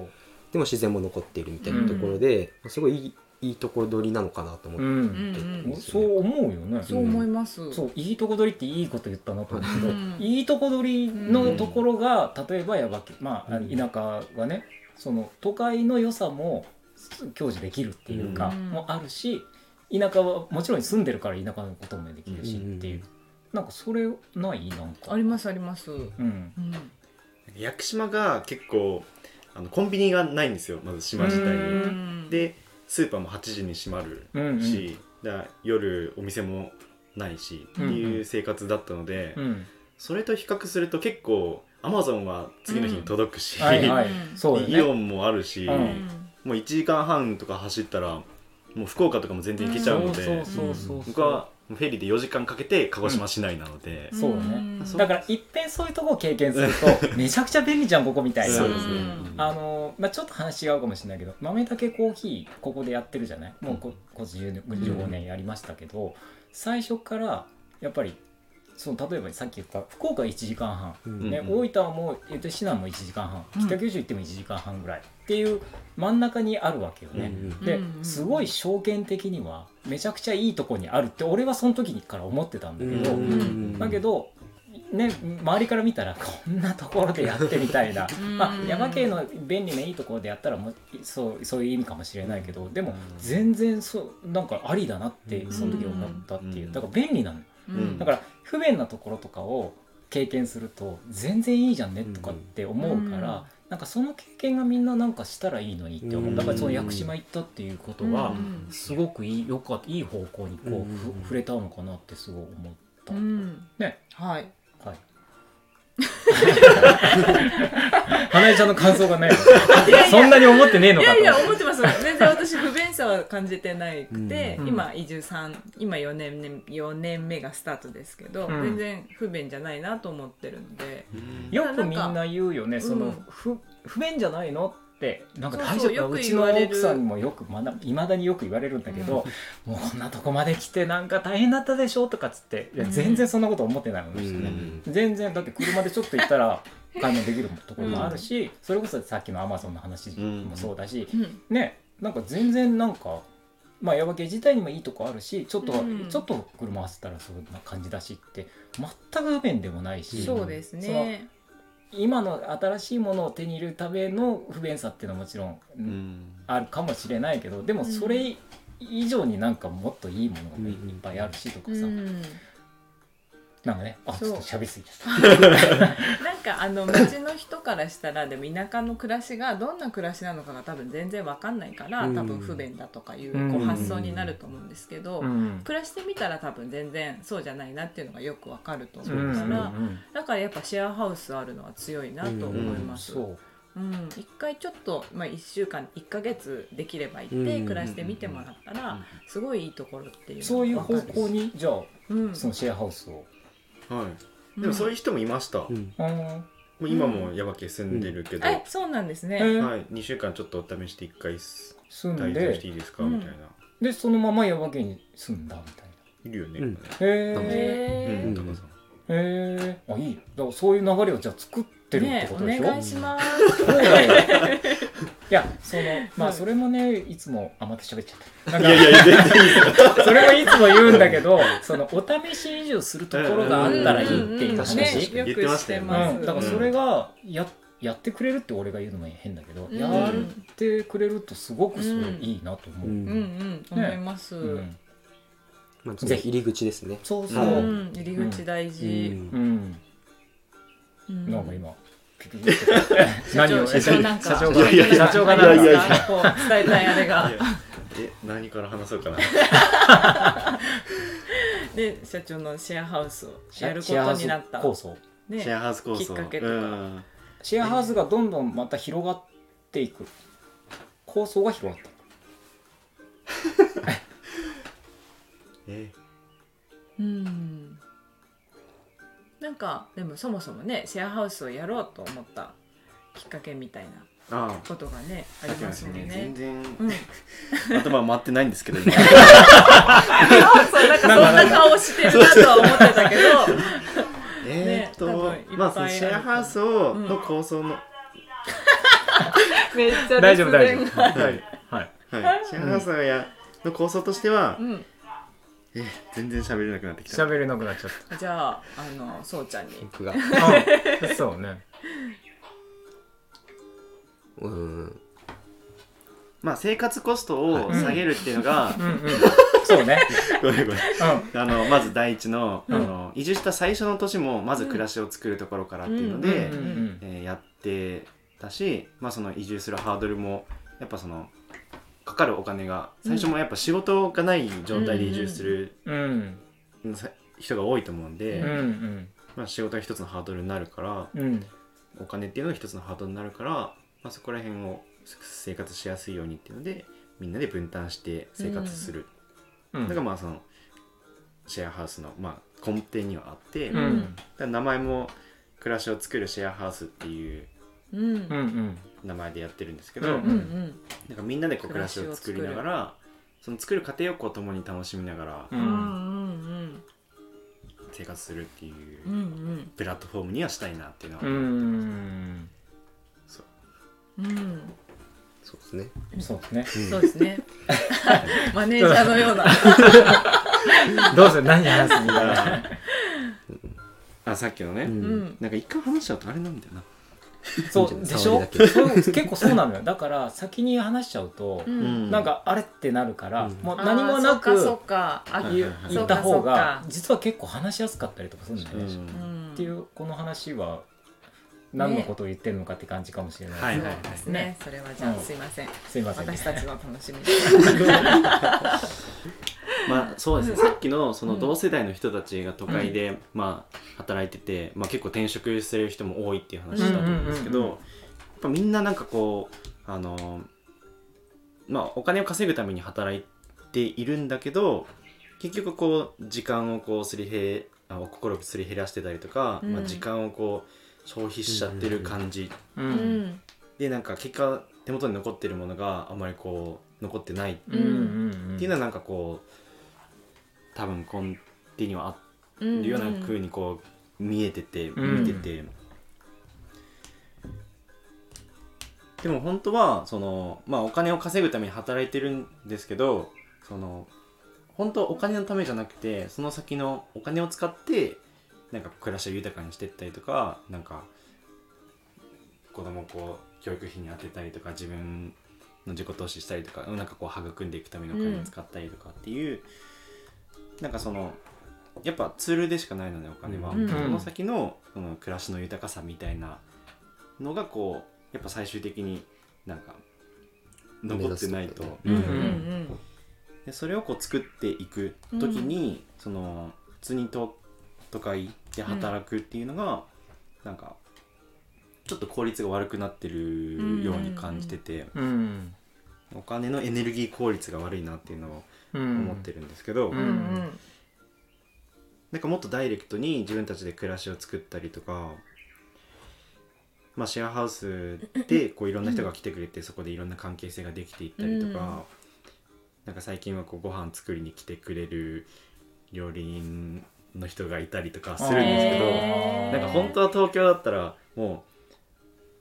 Speaker 3: でも自然も残っているみたいなところで、すごいいいいいところ取りなのかなと思
Speaker 1: う
Speaker 3: って、
Speaker 1: ん
Speaker 2: うんうん
Speaker 1: そう思うよね。
Speaker 2: そう思います、
Speaker 1: そういいとこ取りっていいこと言ったなと思うけど、
Speaker 2: うん
Speaker 1: いいとこ取りのところが例えばやばけ、まあ、あの
Speaker 3: うん
Speaker 1: 田舎はねその都会の良さも享受できるっていうか、
Speaker 2: うん
Speaker 1: もあるし田舎はもちろん住んでるから田舎のこともできるし
Speaker 3: うん
Speaker 1: っていう、なんかそれないなんか
Speaker 2: ありますあります、うん
Speaker 1: うん
Speaker 4: 屋久島が結構あのコンビニがないんですよまず島自体
Speaker 1: う
Speaker 4: に。
Speaker 2: ん
Speaker 4: でスーパーも8時に閉まる
Speaker 1: うんうん
Speaker 4: し、だから夜お店もないしっていう生活だったので、
Speaker 1: うん
Speaker 4: それと比較すると結構アマゾンは次の日に届くし、
Speaker 1: うんはいはい
Speaker 2: うん
Speaker 1: そうよ
Speaker 4: イオ
Speaker 1: ね
Speaker 4: ンもあるし、
Speaker 1: う
Speaker 2: うん
Speaker 1: ん
Speaker 4: もう1時間半とか走ったらもう福岡とかも全然行けちゃうので、
Speaker 1: そうそうそうそう
Speaker 4: 僕はフェリーで4時間かけて鹿児島市内なので、
Speaker 1: そうだね
Speaker 2: ん
Speaker 1: だからいっぺんそういうとこを経験する とめちゃくちゃ便利じゃんここみたいな
Speaker 4: そうですね、
Speaker 1: あのまあ、ちょっと話違うかもしれないけど豆たけコーヒーここでやってるじゃないもうここっち10年15年やりましたけど、最初からやっぱりその例えばさっき言った福岡1時間半、
Speaker 3: うん
Speaker 1: ね
Speaker 4: うん
Speaker 1: 大分はもう、えっと、市内も1時間半
Speaker 2: うん
Speaker 1: 北九州行っても1時間半ぐらいっていう真ん中にあるわけよね。
Speaker 3: うん
Speaker 1: で
Speaker 2: うんうん
Speaker 1: すごい証券的にはめちゃくちゃいいとこにあるって俺はその時から思ってたんだけど、
Speaker 2: うん
Speaker 1: だけど、ね、周りから見たらこんなところでやってみたいな
Speaker 2: うん
Speaker 1: まあ、山系の便利ないいところでやったらもうそうそういう意味かもしれないけどでも全然そうなんかありだなって
Speaker 2: ん
Speaker 1: その時思ったっていううんだから便利なのよ
Speaker 2: うん
Speaker 1: だから不便なところとかを経験すると全然いいじゃんねとかって思うから、
Speaker 2: うん
Speaker 1: なんかその経験がみんななんかしたらいいのにって思う、
Speaker 3: うん
Speaker 1: だからその屋久島行ったっていうことは
Speaker 2: うん
Speaker 1: すごくいいよかったいい方向にこう、
Speaker 3: うん
Speaker 1: ふ触れたのかなってすごい思った。
Speaker 2: うん
Speaker 1: ね
Speaker 2: はい
Speaker 1: はい 花江ちゃんの感想がないのそんなに思ってねえの
Speaker 2: い
Speaker 1: か
Speaker 2: や
Speaker 1: と
Speaker 2: いや
Speaker 1: 思
Speaker 2: 思ってます全然私不便さは感じてないくて、
Speaker 1: うん
Speaker 2: 今移住さん今4年目4年目がスタートですけど、
Speaker 1: うん
Speaker 2: 全然不便じゃないなと思ってるんで、
Speaker 1: ってよくみんな言うよね
Speaker 2: なんか
Speaker 1: その、
Speaker 2: うん
Speaker 1: 不不便じゃないのってなんか
Speaker 2: そう
Speaker 1: 大
Speaker 2: そ
Speaker 1: 丈夫
Speaker 2: うよ
Speaker 1: う
Speaker 2: く
Speaker 1: ち
Speaker 2: 言
Speaker 1: の
Speaker 2: われる
Speaker 1: 奥さんにもよくまだいまだによく言われるんだけど、もうこんなとこまで来てなんか大変だったでしょとかっつっていや
Speaker 2: うん
Speaker 1: 全然そんなこと思ってないの
Speaker 3: う
Speaker 1: ね、
Speaker 3: ん
Speaker 1: 全然だって車でちょっと行ったら買い物できるところもあるし、それこそさっきのアマゾンの話もそうだし、
Speaker 2: うん
Speaker 1: ねなんか全然なんかまあヤバ系自体にもいいとこあるしちょっと、
Speaker 2: うん
Speaker 1: ちょっと車合わせたらそんな感じだしって全く不便でもないし、
Speaker 2: そうですね
Speaker 1: 今の新しいものを手に入れるための不便さっていうのはもちろん、
Speaker 4: うん
Speaker 1: あるかもしれないけどでもそれ 以上になんかもっといいものがいっぱいあるしとか
Speaker 2: う
Speaker 1: さ、
Speaker 2: ん
Speaker 1: なんかねあち
Speaker 2: そう
Speaker 1: ょっと喋りすぎちゃっ
Speaker 2: なんかあの町の人からしたらでも田舎の暮らしがどんな暮らしなのかが多分全然わかんないから
Speaker 3: うん
Speaker 2: 多分不便だとかいうこう発想になると思うんですけど
Speaker 1: た、うん
Speaker 2: 暮らしてみたら多分全然そうじゃないなっていうのがよくわかると
Speaker 1: う
Speaker 2: 思
Speaker 1: んうん
Speaker 2: う
Speaker 1: う
Speaker 2: から
Speaker 1: ん
Speaker 2: だからやっぱシェアハウスあるのは強いなと思います。
Speaker 1: そう
Speaker 2: うん、一回ちょっと、まあ、1週間1ヶ月できれば行って
Speaker 3: うん
Speaker 2: 暮らしてみてもらったらすごいいいところっていうのが
Speaker 1: そういう
Speaker 2: わかる
Speaker 1: 方向にじゃあ
Speaker 2: うん
Speaker 1: そのシェアハウスを、
Speaker 4: はいでもそういう人もいました、
Speaker 3: う
Speaker 4: も
Speaker 3: ん
Speaker 1: うん、
Speaker 4: う今もヤバケ住んでるけど、
Speaker 2: えそうなんですね、
Speaker 1: え
Speaker 4: はい、2週間ちょっとお試しで1回す
Speaker 1: 住ん
Speaker 4: 滞在し
Speaker 1: で
Speaker 4: ていいですか、
Speaker 2: うん
Speaker 4: みたいな
Speaker 1: でそのまま山県に住んだみたいない
Speaker 4: るよね、
Speaker 3: うん
Speaker 1: へえ
Speaker 2: へ
Speaker 4: うん
Speaker 2: ー
Speaker 4: 高さ
Speaker 1: へ
Speaker 4: ん
Speaker 1: えあいいだからそういう流れをじゃあ作ってるって
Speaker 2: ね
Speaker 1: ことでし
Speaker 2: お
Speaker 1: ょ、
Speaker 2: 願いします
Speaker 1: そうだよいやそ のまあ
Speaker 2: うん
Speaker 1: それもねいつもあまた喋っちゃった
Speaker 4: いやいや全然いいですよ
Speaker 1: それはいつも言うんだけどそのお試し移住するところがあったらいいっていう話、
Speaker 3: うんうんうんうん確かに
Speaker 2: ねよくして
Speaker 1: う
Speaker 2: ます、
Speaker 1: ん、だからそれがややってくれるって俺が言うのも変だけど、
Speaker 2: うん
Speaker 1: やってくれるとすごくそれいいなと思う、
Speaker 3: う
Speaker 1: うん
Speaker 3: ん
Speaker 2: うんうん思います、
Speaker 1: うん
Speaker 3: まあ、ちょっと
Speaker 1: ぜひ
Speaker 3: 入り口ですね
Speaker 1: そう
Speaker 2: う
Speaker 1: そう、
Speaker 2: ん
Speaker 1: うん
Speaker 2: 入り口大事、うん
Speaker 1: なんか今ピクピクって
Speaker 2: 社長
Speaker 1: を
Speaker 2: 社長なんか
Speaker 1: 社長
Speaker 4: いやいや
Speaker 1: が社長が
Speaker 4: いや
Speaker 1: な
Speaker 4: いや
Speaker 1: ん
Speaker 4: いや
Speaker 1: か
Speaker 2: なんかこう伝えたいあれが
Speaker 4: いやえ何から話そうかな
Speaker 2: で社長のシェアハウスを
Speaker 1: シェ
Speaker 2: やることになった
Speaker 1: シェアハウス構想
Speaker 4: シ
Speaker 2: ね
Speaker 4: ェアハウス構想
Speaker 2: きっかけとか
Speaker 4: うん
Speaker 1: シェアハウスがどんどんまた広がっていく構想が広がってい
Speaker 4: え
Speaker 2: うんなんかでもそもそもねシェアハウスをやろうと思ったきっかけみたいな
Speaker 4: あ
Speaker 2: ことがねあ
Speaker 4: あ
Speaker 2: りますもんね
Speaker 4: 全。然
Speaker 2: うん、
Speaker 4: 頭回ってないんで すけど今
Speaker 2: そうなんかそんな顔してるなとは思ってたけど
Speaker 4: えーっと、
Speaker 2: 多分いっぱい
Speaker 4: まあそのシェアハウスをの構想の、
Speaker 2: めっちゃ
Speaker 1: 大丈夫大丈夫
Speaker 2: 熱弁が
Speaker 4: はい
Speaker 1: くはい
Speaker 4: はい、シェアハウスがやの構想としては、
Speaker 2: うん、
Speaker 4: え全然喋れなくなってきた。
Speaker 1: 喋れなくなっちゃっ
Speaker 2: じゃああのそうちゃんに
Speaker 3: 僕が
Speaker 1: た、うん、そうね
Speaker 3: うん
Speaker 4: まあ生活コストを下げるっていうのが、
Speaker 1: うんうんそうね
Speaker 4: ごめんごめん。
Speaker 1: う
Speaker 4: あのまず第一の,、
Speaker 1: うん
Speaker 4: あの移住した最初の年もまず暮らしを作るところからっていうの
Speaker 1: ん
Speaker 4: で、
Speaker 1: うんうん
Speaker 4: えーやってたし、まあ、その移住するハードルもやっぱそのかかるお金が最初もやっぱ仕事がない状態で移住する
Speaker 1: うん
Speaker 4: 人が多いと思うんで、
Speaker 1: うんうん
Speaker 4: まあ、仕事が一つのハードルになるから
Speaker 1: うん
Speaker 4: お金っていうのが一つのハードルになるから、まあ、そこら辺を生活しやすいようにっていうのでみんなで分担して生活す
Speaker 1: う
Speaker 4: る、
Speaker 1: ん
Speaker 4: だからまあそのシェアハウスの、まあ、根底にはあって、
Speaker 1: う
Speaker 4: だか
Speaker 1: ん
Speaker 4: ら名前も「暮らしを作るシェアハウス」っていう
Speaker 2: うん
Speaker 1: うんうん
Speaker 4: 名前でやってるんですけど、
Speaker 1: うん
Speaker 2: うんうん
Speaker 4: なんかみんなでこう暮らしを作りながらその作る過程をこう共に楽しみながら
Speaker 1: う
Speaker 2: うん
Speaker 1: ん
Speaker 2: うん
Speaker 4: 生活するってい
Speaker 2: う
Speaker 4: う
Speaker 2: んう
Speaker 4: うんプラットフォームにはしたいなっていうのは、
Speaker 1: うん
Speaker 4: そう
Speaker 2: うん
Speaker 3: そうですね
Speaker 1: そうですね
Speaker 2: そうですねマネージャーのような
Speaker 1: どうする何話すみたいな
Speaker 4: あさっきのね、
Speaker 3: うん
Speaker 2: うん
Speaker 4: なんか一回話しちゃうとあれなんだよな
Speaker 1: そうでし
Speaker 3: 触
Speaker 1: ょ
Speaker 3: りだけ
Speaker 1: そう結構そうなのよだから先に話しちゃうと、
Speaker 2: うん
Speaker 1: なんかあれってなるから、
Speaker 3: うん
Speaker 1: もう何もな
Speaker 2: あ
Speaker 1: く
Speaker 2: ーそっかそっかあ
Speaker 4: はい
Speaker 1: 言う
Speaker 4: はい
Speaker 1: 言った方が
Speaker 2: そうかそうか
Speaker 1: 実は結構話しやすかったりとかするんだよ
Speaker 4: う
Speaker 1: ね、
Speaker 4: ん
Speaker 2: うん
Speaker 1: っていうこの話は何のことを言ってるのかって感じかもしれない、
Speaker 4: はいはい
Speaker 2: そうですねそれはじゃあ
Speaker 1: うん
Speaker 2: すいません
Speaker 1: すいません、ね
Speaker 2: 私、たちの楽しみ
Speaker 4: まあそうですねさっきのその同世代の人たちが都会で、まあ、働いてて、まあ、結構転職してる人も多いっていう話だと思うんですけど、
Speaker 1: うんうんうん
Speaker 4: やっぱみんななんかこうあのまあお金を稼ぐために働いているんだけど結局こう時間をこうすり減あ心をすり減らしてたりとか、
Speaker 2: うん
Speaker 4: まあ、時間をこう消費しちゃってる感じ、
Speaker 1: う
Speaker 2: うんん
Speaker 4: でなんか結果手元に残ってるものがあんまりこう残ってない
Speaker 1: うんうん
Speaker 4: っていうのはなんかこう多分根底にはあ
Speaker 2: うん
Speaker 4: るような風にこう見えてて
Speaker 1: うん
Speaker 4: 見てて、でも本当はそのまあお金を稼ぐために働いてるんですけどその本当はお金のためじゃなくてその先のお金を使ってなんか暮らしを豊かにしていったりとかなんか子供をこう教育費に当てたりとか自分の自己投資したりとかなんかこう育んでいくためのお金を使ったりとかっていう、なんかそのやっぱツールでしかないのねお金は、
Speaker 3: うん
Speaker 4: その先のその暮らしの豊かさみたいなのがこうやっぱ最終的になんか残ってないと、
Speaker 1: 目立つところだよね
Speaker 2: うん
Speaker 1: うん
Speaker 4: でそれをこう作っていく時に、その普通に都都会で働くっていうのが、なんかちょっと効率が悪くなってるように感じてて、
Speaker 1: うん
Speaker 4: お金のエネルギー効率が悪いなっていうのを
Speaker 1: うん
Speaker 4: 思ってるんですけど、
Speaker 1: うん
Speaker 2: うんうん
Speaker 4: なんかもっとダイレクトに自分たちで暮らしを作ったりとか、まあ、シェアハウスでこういろんな人が来てくれてそこでいろんな関係性ができていったりとか、
Speaker 2: うん
Speaker 4: なんか最近はこうご飯作りに来てくれる料理人の人がいたりとかするんですけど、
Speaker 2: へー
Speaker 4: なんか本当は東京だったらも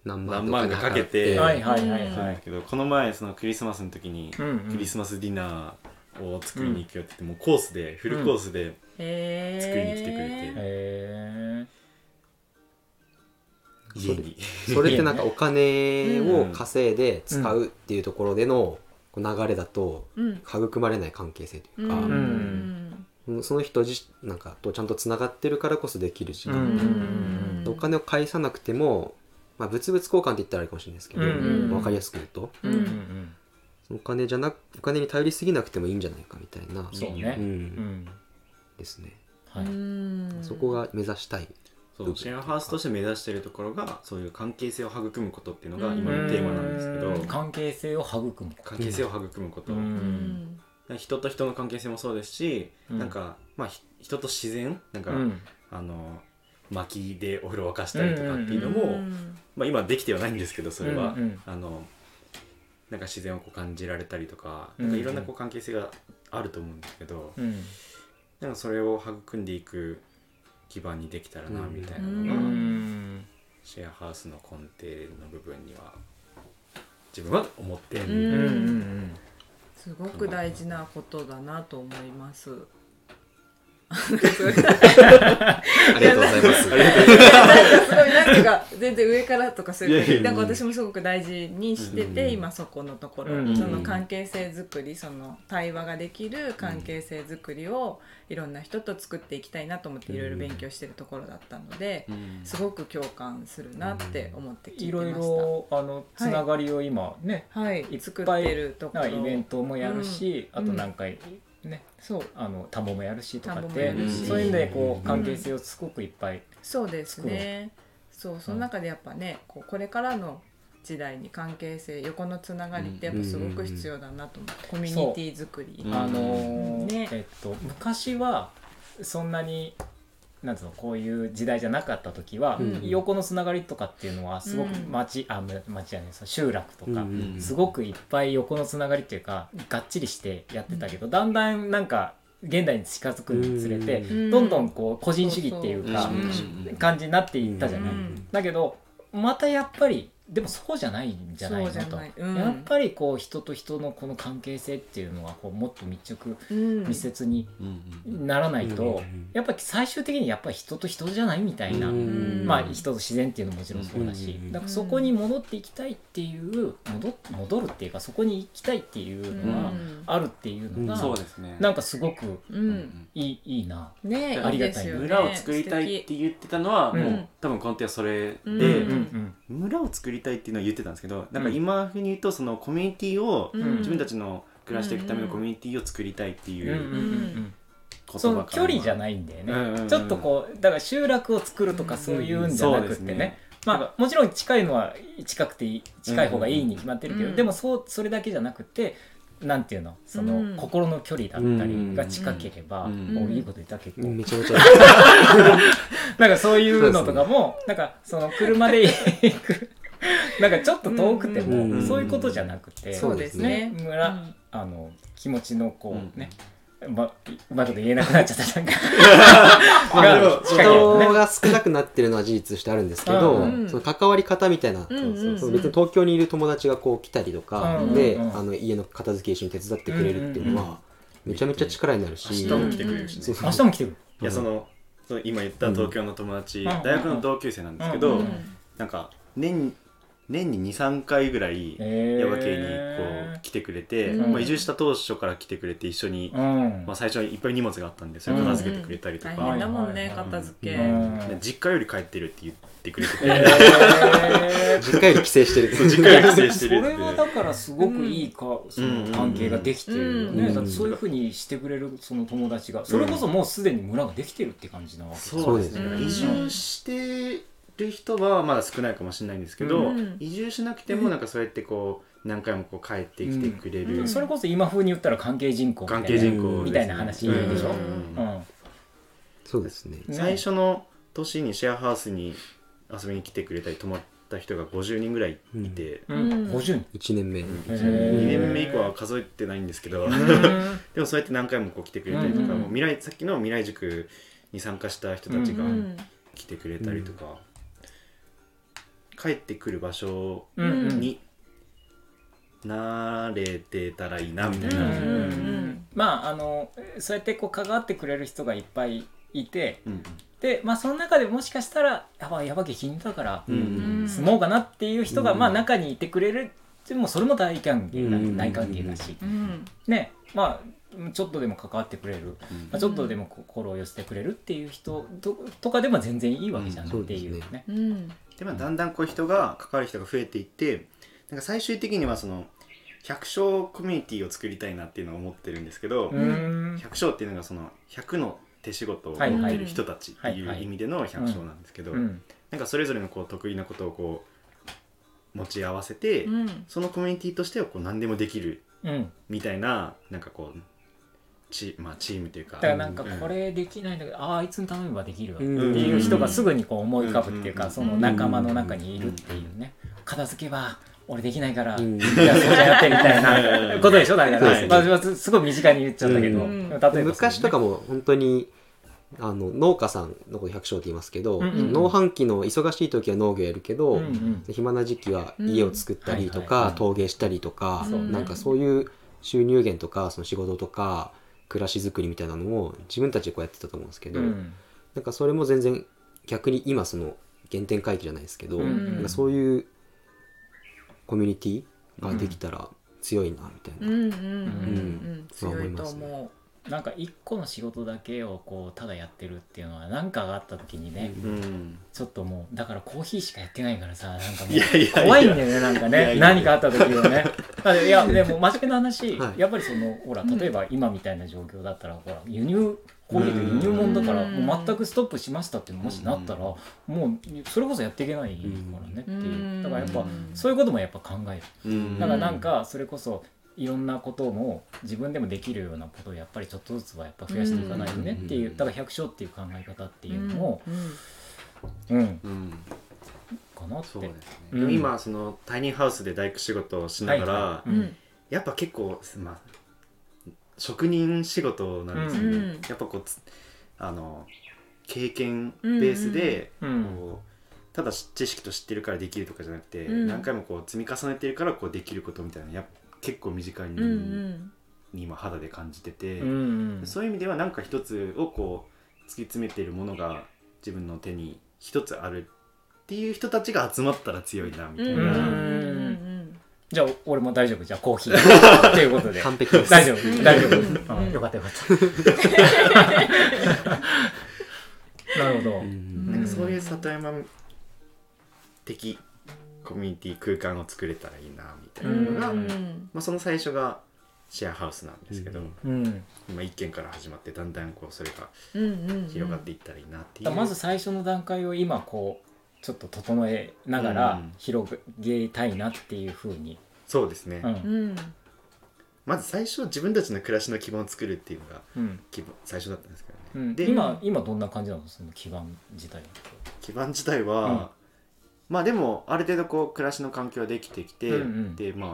Speaker 3: 何
Speaker 4: 万と
Speaker 3: 万と
Speaker 4: か
Speaker 3: か
Speaker 4: かけて
Speaker 1: は
Speaker 3: はいい、
Speaker 1: はいはい
Speaker 4: う
Speaker 1: は
Speaker 4: んだ
Speaker 1: い
Speaker 4: けどこの前そのクリスマスの時に
Speaker 1: うんうん
Speaker 4: クリスマスディナーを作りに行くよって言って、もうコースでフルコースで、
Speaker 2: へー
Speaker 4: 作りに来てくれて
Speaker 1: へ
Speaker 4: 家に。
Speaker 3: それってなんかお金を稼いで使うっていうところでのこう流れだと
Speaker 2: うん
Speaker 3: 育まれない関係性というか、
Speaker 2: うん
Speaker 3: うんその人自なんかとちゃんとつながってるからこそできるし、
Speaker 1: ーうんうん
Speaker 3: お金を返さなくても、まあ、物々交換って言ったらあれかもしれないですけど、
Speaker 1: うんうん
Speaker 3: 分かりやすく言うと
Speaker 1: うんうんうん
Speaker 3: お金じゃなくお金に頼りすぎなくてもいいんじゃないかみたいな
Speaker 1: そう
Speaker 4: い
Speaker 1: ね
Speaker 4: いね
Speaker 3: うん
Speaker 1: うん
Speaker 3: ですね、
Speaker 1: はい
Speaker 2: うん
Speaker 3: そこが目指したい
Speaker 4: そうシェアハウスとして目指してるところがそういう関係性を育むことっていうのが今のテーマなんですけ
Speaker 1: うん
Speaker 4: ど
Speaker 1: 関係性を育む
Speaker 4: 関係性を育むこと、
Speaker 1: うん
Speaker 2: うん
Speaker 4: 人と人の関係性もそうですし、
Speaker 1: うん
Speaker 4: なんか、まあ、ひ人と自然なんか、
Speaker 1: うん
Speaker 4: あの薪でお風呂沸かしたりとかっていうのも、
Speaker 2: うん
Speaker 4: まあ、今できてはないんですけどそれは、
Speaker 1: うんうん
Speaker 4: あのなんか自然をこう感じられたりとか
Speaker 1: うん
Speaker 4: なんかいろんなこう関係性があると思うんですけど、
Speaker 1: うん
Speaker 4: なんかそれを育んでいく基盤にできたらなみたいなの
Speaker 1: う
Speaker 4: が、
Speaker 1: ん
Speaker 4: シェアハウスの根底の部分には自分は思って
Speaker 1: う
Speaker 4: る、
Speaker 1: ん
Speaker 2: ん
Speaker 1: うんうん
Speaker 2: すごく大事なことだなと思います。なん
Speaker 4: ありがとうございます
Speaker 3: ありがとうございます
Speaker 2: かすごいなんか全然上からとかそう
Speaker 4: いやいやい
Speaker 2: いう
Speaker 4: や
Speaker 2: なんか私もすごく大事にして
Speaker 3: うん
Speaker 2: て今そこのところ
Speaker 1: うん
Speaker 2: その関係性づくりその対話ができる関係性づくりをいろんな人と作っていきたいなと思っていろいろ勉強してるところだったので
Speaker 4: うん
Speaker 2: すごく共感するなって思って聞い
Speaker 1: い
Speaker 2: てま
Speaker 1: ろい
Speaker 2: した。
Speaker 1: ろあのつながりを今ね
Speaker 2: は
Speaker 1: い
Speaker 2: い
Speaker 1: っぱい
Speaker 2: 作ってるとこ
Speaker 1: なん
Speaker 2: ろ
Speaker 1: かイベントもやるしあ
Speaker 2: うん
Speaker 1: となんかね
Speaker 2: そう
Speaker 1: あの田んぼもやるしとかっ
Speaker 2: 田んぼも
Speaker 1: て
Speaker 2: や
Speaker 4: るし
Speaker 1: そういうのでこ
Speaker 4: うん
Speaker 1: う関係性をすごくいっぱい
Speaker 2: そうですね。そう、その
Speaker 1: うん
Speaker 2: 中でやっぱね、こうこれからの時代に関係性、横のつながりってやっぱすごく必要だなと思う。コミュニティ作り。
Speaker 4: うん
Speaker 1: あのー
Speaker 2: ね
Speaker 1: えっと、昔はそんなになんつうのこういう時代じゃなかった時は、
Speaker 3: うん
Speaker 1: 横のつながりとかっていうのはすごく
Speaker 2: うん
Speaker 1: 町、あむ町じゃないその集落とか、
Speaker 3: うん
Speaker 1: すごくいっぱい横のつながりっていうかがっちりしてやってたけど、だんだんなんか現代に近づくにつれて、
Speaker 3: う
Speaker 1: どんどんこう個人主義っていうか
Speaker 4: そうそううん
Speaker 1: 感じになっていったじゃない。
Speaker 2: うん
Speaker 1: だけどまたやっぱりでもそうじゃないんじゃないの
Speaker 2: そうじ
Speaker 1: と
Speaker 2: ゃないうん
Speaker 1: やっぱりこう人と人のこの関係性っていうのはこうもっと密着
Speaker 2: うん
Speaker 1: 密接に
Speaker 4: うん
Speaker 1: ならないと、
Speaker 3: うんうんうん
Speaker 1: やっぱり最終的にやっぱり人と人じゃないみたいな、
Speaker 3: うん
Speaker 1: まあ人と自然っていうのももちろんそうだし、
Speaker 3: うん
Speaker 1: だからそこに戻っていきたいっていう戻戻るっていうかそこに行きたいっていうのが
Speaker 2: うん
Speaker 1: あるっていうの
Speaker 3: うん
Speaker 1: が、
Speaker 4: そうですね
Speaker 1: なんかすごく
Speaker 2: う。
Speaker 4: うんん
Speaker 1: いいいいな。
Speaker 2: ね、
Speaker 4: あ
Speaker 2: い
Speaker 1: り
Speaker 2: い
Speaker 1: が
Speaker 2: で
Speaker 1: たい
Speaker 2: すよね。
Speaker 4: 村を作りたいって言ってたのは
Speaker 1: うん
Speaker 4: もう多分根底はそれで、
Speaker 2: うん
Speaker 1: うんうん
Speaker 4: 村を作りたいっていうのは言ってたんですけどなんか今風に言うとそのコミュニティを、
Speaker 2: 素敵。
Speaker 1: うん
Speaker 4: 自分たちの暮らしていくためのコミュニティを作りたいってい
Speaker 1: うんうんうんう
Speaker 4: う言
Speaker 1: ん
Speaker 4: 葉から
Speaker 1: その距離じゃ
Speaker 4: い
Speaker 1: ないんだよね、
Speaker 4: うんうんうん
Speaker 1: ちょっとこうだから集落を作るとかそういうんじゃなくってね,、
Speaker 4: うんうんそうですね
Speaker 1: まあもちろん近いのは近くていい近い方がいいに決まってるけど、
Speaker 2: うん
Speaker 1: でもそうそれだけじゃなくてなんていうのそうの
Speaker 2: ん
Speaker 1: 心の距離だったりが近ければ、
Speaker 4: うん
Speaker 1: おいいこと言った結構、
Speaker 3: めちゃめちゃ
Speaker 1: なんかそういうのとかも、なんかその車で行く なんかちょっと遠くても、
Speaker 3: うんうん
Speaker 1: そういうことじゃなくて、
Speaker 2: そうですね。
Speaker 1: 村、
Speaker 2: うん
Speaker 1: あの気持ちのこうね
Speaker 4: ね、、
Speaker 1: まうまいこと言えなくなっちゃったなんか
Speaker 3: まあでも
Speaker 1: が近ければね
Speaker 3: 人が少なくなってるのは事実としてあるんですけど、
Speaker 1: うん
Speaker 2: うん
Speaker 3: その関わり方みたいな、
Speaker 2: うんうんうん
Speaker 3: その別に東京にいる友達がこう来たりとか、
Speaker 1: うんうんうん
Speaker 3: であの家の片付け一緒に手伝ってくれるっていうのは、めちゃめちゃ力になるし、
Speaker 4: 明日も来てくれるしね、
Speaker 3: そうそう
Speaker 1: 明日も来てくる
Speaker 4: いやそのその今言った東京の友達、
Speaker 1: うん
Speaker 4: 大学の同級生なんですけ
Speaker 1: う
Speaker 4: ど、
Speaker 1: ん
Speaker 4: なんか年年に23回ぐらい
Speaker 1: え
Speaker 4: 耶馬渓にこう来てくれて、
Speaker 2: うん
Speaker 4: まあ、移住した当初から来てくれて一緒に、
Speaker 1: うん
Speaker 4: まあ、最初はいっぱい荷物があったんでそれ片付けてくれたりとか、
Speaker 2: 大変だもんね
Speaker 1: はい
Speaker 2: 片付け、
Speaker 1: うん
Speaker 4: で実家より帰ってるって言ってくれてて、
Speaker 1: えー
Speaker 3: 実家より帰省してる
Speaker 4: そう実家より帰省
Speaker 1: そ
Speaker 4: してるっ
Speaker 1: れはだ
Speaker 4: て
Speaker 1: からすごくいいか、その関係ができてるよね、
Speaker 2: うん
Speaker 1: だってそういうふうにしてくれるその友達がそれこそもうすでに村ができてるって感じなわけです
Speaker 4: そうですね、
Speaker 2: うん
Speaker 4: 移住してる人はまだ少ないかもしれないんですけど、
Speaker 2: うん
Speaker 4: 移住しなくてもなんかそうやってこう何回もこう帰ってきてくれる、
Speaker 2: うん
Speaker 1: それこそ今風に言ったら関係人口みたい
Speaker 4: 関
Speaker 1: な
Speaker 4: 係人口ですね
Speaker 1: みたいな話でしょ、
Speaker 4: うん
Speaker 1: うん
Speaker 3: そうですね
Speaker 1: ね
Speaker 4: 最初の年にシェアハウスに遊びに来てくれたり泊まった人が50人ぐらいいて、
Speaker 1: うん
Speaker 2: うん
Speaker 1: 50人
Speaker 3: 1年目
Speaker 4: うん
Speaker 1: へー
Speaker 4: 2年目以降は数えてないんですけど、 でもそうやって何回もこう来てくれたりと
Speaker 1: う
Speaker 4: か、
Speaker 1: んうん
Speaker 4: もう未来さっきの未来塾に参加した人たち
Speaker 2: う
Speaker 4: が
Speaker 2: ん
Speaker 4: 来てくれたりとか、帰ってくる場所
Speaker 1: うんうん
Speaker 2: うん
Speaker 4: に慣れてたらいいなみたい
Speaker 2: うん
Speaker 4: な、
Speaker 2: うんうん
Speaker 1: まああのそうやってこう関わってくれる人がいっぱいいて
Speaker 4: うん
Speaker 1: でまあその中でもしかしたらやばいやばい気に入ったから
Speaker 4: うんうん
Speaker 1: 住もうかなっていう人が、
Speaker 3: うん
Speaker 1: まあ中にいてくれるでもそれも大歓迎だ、
Speaker 3: うん
Speaker 1: 大歓迎だし、
Speaker 2: うん
Speaker 1: ねまあちょっとでも関わってくれる、まあ、ちょっとでも心を寄せてくれるっていう人ととかでも全然いいわけじゃんっ
Speaker 3: うん
Speaker 1: ていうね。
Speaker 2: うん
Speaker 4: でまあだんだんこう人が関わる人が増えていってなんか最終的にはその百姓コミュニティを作りたいなっていうのを思ってるんですけど、
Speaker 1: うーん
Speaker 4: 百姓っていうのがその100の手仕事を持ってる人たちってい
Speaker 1: はいは
Speaker 4: う
Speaker 1: い
Speaker 4: 意味での百姓なんですけど、
Speaker 1: うん
Speaker 4: なんかそれぞれのこう得意なことをこう持ち合わせて、
Speaker 2: うん
Speaker 4: そのコミュニティとしてはこう何でもできる
Speaker 1: うん、
Speaker 4: みたいななんかこうチ,、まあ、チームというか
Speaker 1: だからなんか
Speaker 4: う
Speaker 1: これできないんだけど、あああいつに頼めばできるわ、
Speaker 3: うん
Speaker 1: っていう人がすぐにこう思い浮かぶっていうか、
Speaker 4: うん
Speaker 1: その仲間の中にいるっていうね、片付けば俺できないから、
Speaker 3: うん
Speaker 1: いやそうじゃやってみたい なことでしょだから、
Speaker 4: はい
Speaker 1: まあまあすごい身近に言っちゃったけど、
Speaker 2: うん
Speaker 1: 例えばそうね
Speaker 3: 昔とかも本当にあの農家さんのこと百姓って言いますけど、
Speaker 1: うんうん
Speaker 3: 農繁期の忙しい時は農業やるけど、
Speaker 1: うんうん
Speaker 3: 暇な時期は家を作ったりと
Speaker 1: うん
Speaker 3: か、
Speaker 1: はいはい
Speaker 3: 陶芸したりとか、
Speaker 1: そう
Speaker 3: なんかそういう収入源とかその仕事とか暮らしづくりみたいなのを自分たちでこうやってたと思うんですけど、
Speaker 1: うん
Speaker 3: なんかそれも全然逆に今その原点回帰じゃないですけど、
Speaker 1: うん
Speaker 3: なんかそういうコミュニティができたら強いなみたいな。
Speaker 2: うんうんうん強いと思
Speaker 1: なんか一個の仕事だけをこうただやってるっていうのは何かがあった時にね、
Speaker 4: うん、
Speaker 1: ちょっともうだからコーヒーしかやってないからさなんかも
Speaker 4: いやいやいうや
Speaker 1: 怖いんだよねなんか
Speaker 4: いやいや
Speaker 1: ね
Speaker 4: いや
Speaker 1: 何かあった時はねだってい やでも真面目な話、
Speaker 3: はい
Speaker 1: やっぱりそのほら例えば今みたいな状況だったらほら輸入コーヒーって輸入もんだから
Speaker 2: うん
Speaker 1: もう全くストップしましたってもしなったらもうそれこそやっていけないからねって
Speaker 2: う
Speaker 1: いうだからやっ
Speaker 2: う
Speaker 1: ぱ
Speaker 2: ん
Speaker 1: そういうこともやっぱ考える
Speaker 4: うん
Speaker 1: だからなんかそれこそいろんなことも自分でもできるようなことをやっぱりちょっとずつはやっぱ増やしていかないとねっていううんだから百姓っていう考え方って
Speaker 2: う
Speaker 1: いうのをうん
Speaker 4: うん
Speaker 1: かなっ
Speaker 4: そうで
Speaker 1: て
Speaker 4: すね、
Speaker 1: うん
Speaker 4: でも今そのタイニーハウスで大工仕事をしながら、
Speaker 1: は
Speaker 2: うんうん
Speaker 4: やっぱ結構、まあ、職人仕事なんですよね、
Speaker 2: うんうん
Speaker 4: やっぱこうつあの経験ベースで、
Speaker 1: うん
Speaker 4: こうただ知識と知ってるからできるとかじゃなくて、
Speaker 2: うん
Speaker 4: 何回もこう積み重ねてるからこうできることみたいなやっぱ結構身近に,、
Speaker 2: うん
Speaker 4: 今肌で感じてて、
Speaker 1: うん
Speaker 4: そういう意味ではなんか一つをこう突き詰めてるものが自分の手に一つあるっていう人たちが集まったら強いなみたいな。
Speaker 1: じゃあ俺も大丈夫じゃあコーヒーっていうことで
Speaker 3: 完璧です
Speaker 1: 大丈夫大丈夫
Speaker 2: うん
Speaker 1: うんよかったよかった なるほど
Speaker 3: うん
Speaker 4: なんかそういう里山的コミュニティ空間を作れたらいいなみたいなのが、
Speaker 1: うん
Speaker 4: まあ、その最初がシェアハウスなんですけど、
Speaker 3: うん
Speaker 1: うん
Speaker 4: 今一軒から始まってだんだんこうそれが広
Speaker 2: 広
Speaker 4: がっていったらいいなってい
Speaker 1: だ
Speaker 4: う、
Speaker 1: からまず最初の段階を今こうちょっと整えながら
Speaker 4: うん
Speaker 1: 広げたいなっていうふうに、
Speaker 4: そうですね、
Speaker 1: うん
Speaker 2: うん
Speaker 4: まず最初自分たちの暮らしの基盤を作るっていうのが
Speaker 1: うん
Speaker 4: 基本最初だったんですけどね、
Speaker 1: うん、
Speaker 4: で
Speaker 1: 今今どんな感じなのその基盤自体は
Speaker 4: 基盤自体は、まあでもある程度こう暮らしの環境はできてきて、
Speaker 1: うんうん
Speaker 4: で、まあ、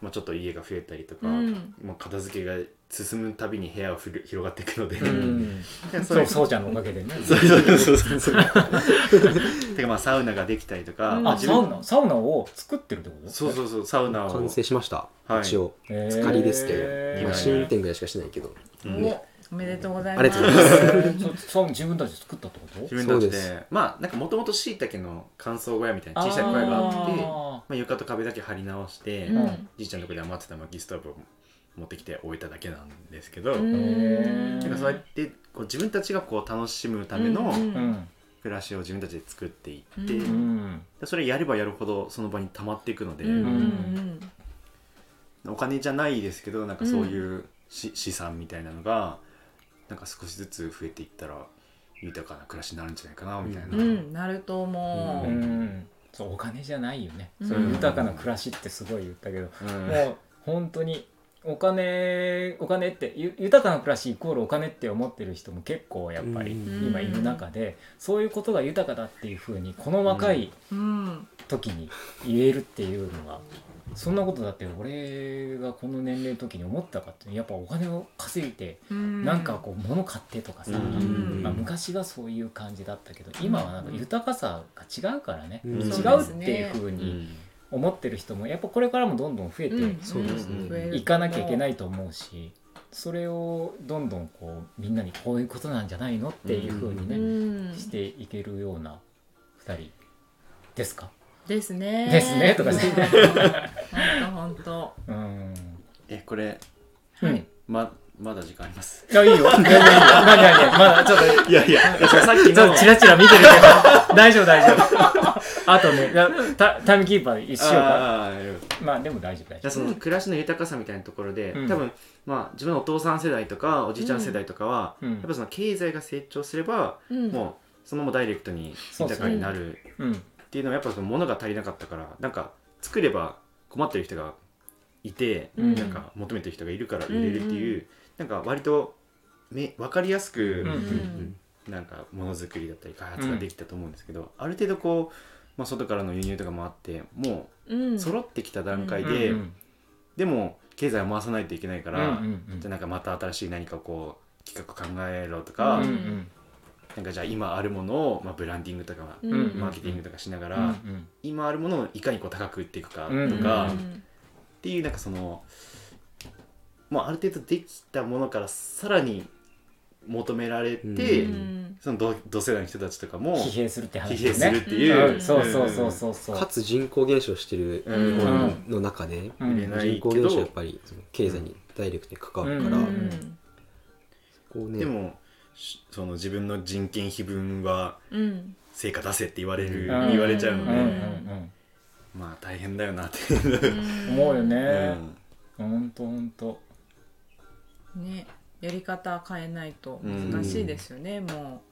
Speaker 4: まあちょっと家が増えたりとか、
Speaker 2: うん
Speaker 4: まあ、片付けが進むたびに部屋はふる広 がっていくので、
Speaker 1: うん
Speaker 4: そ
Speaker 1: そう
Speaker 4: れ
Speaker 1: そうちゃんのおかげでね
Speaker 4: そうそうそうそうそう てかまあサウナができたりとか、
Speaker 2: うん
Speaker 4: ま
Speaker 1: あ
Speaker 4: 自
Speaker 1: サ
Speaker 4: 分
Speaker 1: ウナサウナを作ってるってこと
Speaker 4: そうそうそうサウナを
Speaker 3: 完成しました、
Speaker 4: はい
Speaker 3: 一応
Speaker 1: へー
Speaker 3: 仮ですけど、
Speaker 1: へー
Speaker 3: まあ試運転ぐらいしかしてないけど、
Speaker 4: うん
Speaker 2: おおめでとうござい
Speaker 3: あり
Speaker 2: ま
Speaker 3: が
Speaker 2: す
Speaker 3: とうございま
Speaker 1: そそう自分たちで作ったってこと
Speaker 4: 自分たち
Speaker 3: そ
Speaker 4: で
Speaker 3: うで
Speaker 4: まあなんかもともとしいたけの乾燥小屋みたいな小さい小屋があって
Speaker 1: あ
Speaker 4: まあ、床と壁だけ張り直して、
Speaker 2: うん
Speaker 4: じいちゃんのとこで余ってた薪ストーブを持ってきて置いただけなんですけど、
Speaker 2: うん
Speaker 1: へー
Speaker 4: なんかそうやってこう自分たちがこう楽しむための
Speaker 2: うん
Speaker 1: ーうん
Speaker 4: 暮らしを自分たちで作っていって、
Speaker 2: う
Speaker 1: うんん
Speaker 4: でそれやればやるほどその場に溜まっていくので、
Speaker 2: うんうん
Speaker 4: お金じゃないですけどなんかそういうし、資産みたいなのがなんか少しずつ増えていったら豊かな暮らしになるんじゃないかなみたいな、
Speaker 2: うんうんなると
Speaker 1: う
Speaker 2: 思う、
Speaker 1: んそうお金じゃないよね、
Speaker 2: うん
Speaker 1: そういう豊かな暮らしってすごい言ったけど、
Speaker 4: うん
Speaker 1: もう本当にお金お金ってゆ豊かな暮らしイコールお金って思ってる人も結構やっぱり
Speaker 3: うん
Speaker 1: 今いる中で、そういうことが豊かだっていうふうにこの若い
Speaker 2: うん
Speaker 1: 時に言えるっていうのが、そんなことだって俺がこの年齢の時に思ったかってやっぱお金を稼いで
Speaker 2: うん、
Speaker 1: なんかこう物買ってとかさ、
Speaker 2: ん
Speaker 1: まあ、昔はそういう感じだったけど今はなんか豊かさが違うからね、
Speaker 3: うん
Speaker 1: 違
Speaker 4: そう
Speaker 1: う
Speaker 4: で
Speaker 1: っ
Speaker 2: すね
Speaker 1: ていうふうに思ってる人もやっぱこれからもどんどん増えて
Speaker 2: うん
Speaker 3: そうですね
Speaker 2: 増える
Speaker 1: いかなきゃいけないいと思うしそれをどんどんこうみんなにこういうことなんじゃないのっていうふうに
Speaker 2: う
Speaker 1: ね、
Speaker 2: ん、
Speaker 1: していけるような2人ですか
Speaker 2: ですね
Speaker 1: ですねとかして
Speaker 2: 本当
Speaker 1: うん
Speaker 4: えこれ
Speaker 1: うん
Speaker 2: はい
Speaker 4: ままだ時間あります
Speaker 1: いやいいよ全然いいよ何何まだちょっと
Speaker 4: いやいやさっき
Speaker 1: ちょっ
Speaker 4: の
Speaker 1: とチラチラ見てるけど大丈夫大丈夫あとねなタタイムキーパー一緒か
Speaker 4: あー
Speaker 1: まあでも大丈夫大
Speaker 4: じ
Speaker 1: 丈
Speaker 4: ゃあその暮らしの豊かさみたいなところで、
Speaker 1: うん
Speaker 4: 多分まあ自分のお父さん世代とかおじいちゃん世代とかは、
Speaker 1: うんうん
Speaker 4: やっぱその経済が成長すれば、
Speaker 2: うん
Speaker 4: もうそのままダイレクトに豊かになる
Speaker 1: 夫うん
Speaker 4: っていうのはやっぱその物が足りなかったからなんか作れば困ってる人がいて、
Speaker 2: うん
Speaker 4: なんか求めてる人がいるから売れるっていう、なんか割とめ分かりやすく、
Speaker 1: うん
Speaker 4: なんかものづくりだったり開発ができたと思うんですけど、ある程度こう、まあ、外からの輸入とかもあっても
Speaker 2: うん
Speaker 4: う揃ってきた段階
Speaker 1: うん
Speaker 4: で、
Speaker 1: うん
Speaker 4: でも経済を回さないといけないから、
Speaker 1: うんうんうん
Speaker 4: じゃあなんかまた新しい何かこう企画考えろとか、
Speaker 1: うんう
Speaker 2: うん
Speaker 1: ん
Speaker 4: なんかじゃあ今あるものを、まあ、ブランディングとか、
Speaker 2: うん
Speaker 1: うん
Speaker 4: マーケティングとかしながら、
Speaker 1: うん
Speaker 4: 今あるものをいかにこう高く売っていくか
Speaker 1: う
Speaker 4: と
Speaker 1: ん
Speaker 4: か、
Speaker 2: う
Speaker 4: っ
Speaker 2: ん
Speaker 4: ていうなんかそのもうある程度できたものからさらに求められて、
Speaker 3: うん
Speaker 4: その同同世代の人たちとかも
Speaker 1: うん疲弊するって話
Speaker 4: 疲
Speaker 1: で
Speaker 4: 弊
Speaker 1: す
Speaker 4: するっ
Speaker 1: ね
Speaker 4: ていう、
Speaker 1: うんそうそうそうそうそう
Speaker 3: かつ人口減少してる日
Speaker 4: うん
Speaker 3: 本の中で、
Speaker 1: うん
Speaker 4: 入れない
Speaker 3: 人
Speaker 4: け
Speaker 3: 口減少やっ
Speaker 4: ど
Speaker 3: ぱりその経済にダイレクトに関わ
Speaker 2: う
Speaker 3: る
Speaker 2: ん
Speaker 3: から、
Speaker 1: うん
Speaker 3: こうね
Speaker 4: でもしその自分の人件費分は
Speaker 2: うん
Speaker 4: 成果出せって言われる、
Speaker 1: うん
Speaker 4: 言われちゃう
Speaker 1: う
Speaker 4: の
Speaker 1: ん
Speaker 4: で、
Speaker 1: うん
Speaker 4: まあ大変だよなって、
Speaker 1: うん思うよ
Speaker 4: う
Speaker 1: ね
Speaker 4: ん
Speaker 1: 本当本当
Speaker 2: ねやり方変えないと難しいですよねも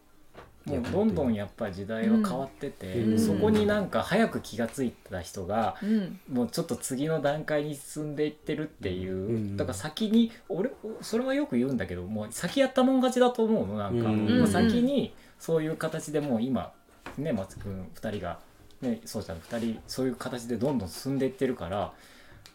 Speaker 1: もうどんどんやっぱ時代は変わってて、
Speaker 3: うん
Speaker 1: そこになんか早く気がついた人が
Speaker 2: ううん
Speaker 1: もうちょっと次の段階に進んでいってるっていう、
Speaker 3: うん
Speaker 1: だから先に俺それはよく言うんだけどもう先やったもん勝ちだと思うのなんか、
Speaker 3: うん
Speaker 1: もう先にそういう形でもう今ね松君2人がねそうちゃん2人そういう形でどんどん進んでいってるから。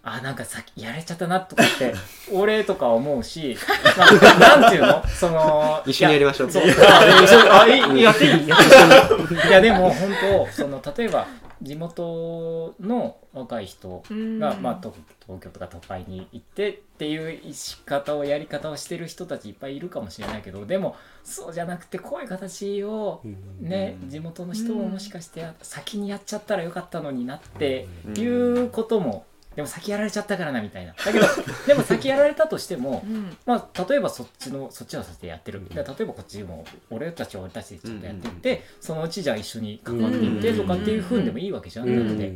Speaker 1: あなんか先やれちゃったなとかって 俺とか思うしなんかなんていうのその
Speaker 3: 一緒にやりましょう
Speaker 1: そうあ一緒にあ いいやっていいや っていいいやでも本当その例えば地元の若い人
Speaker 2: うん
Speaker 1: が、まあ、と東京とか都会に行ってっていう仕方をやり方をしてる人たちいっぱいいるかもしれないけどでもそうじゃなくてこういう形を
Speaker 3: うん
Speaker 1: ね、
Speaker 4: うん
Speaker 1: 地元の人ももしかして先にやっちゃったらよかったのになって
Speaker 4: うん
Speaker 1: いうこともでも先やられちゃったからなみたいなだけどでも先やられたとしても
Speaker 2: う。ん
Speaker 1: まあ、例えばそっちのそっちはそっちでやってるで例えばこっちも俺たちは俺たちでちょっとやってって、そのうちじゃあ一緒に関わっていってとかっていうふうにでもいいわけじゃ
Speaker 3: うん
Speaker 1: なく
Speaker 3: ん
Speaker 1: て、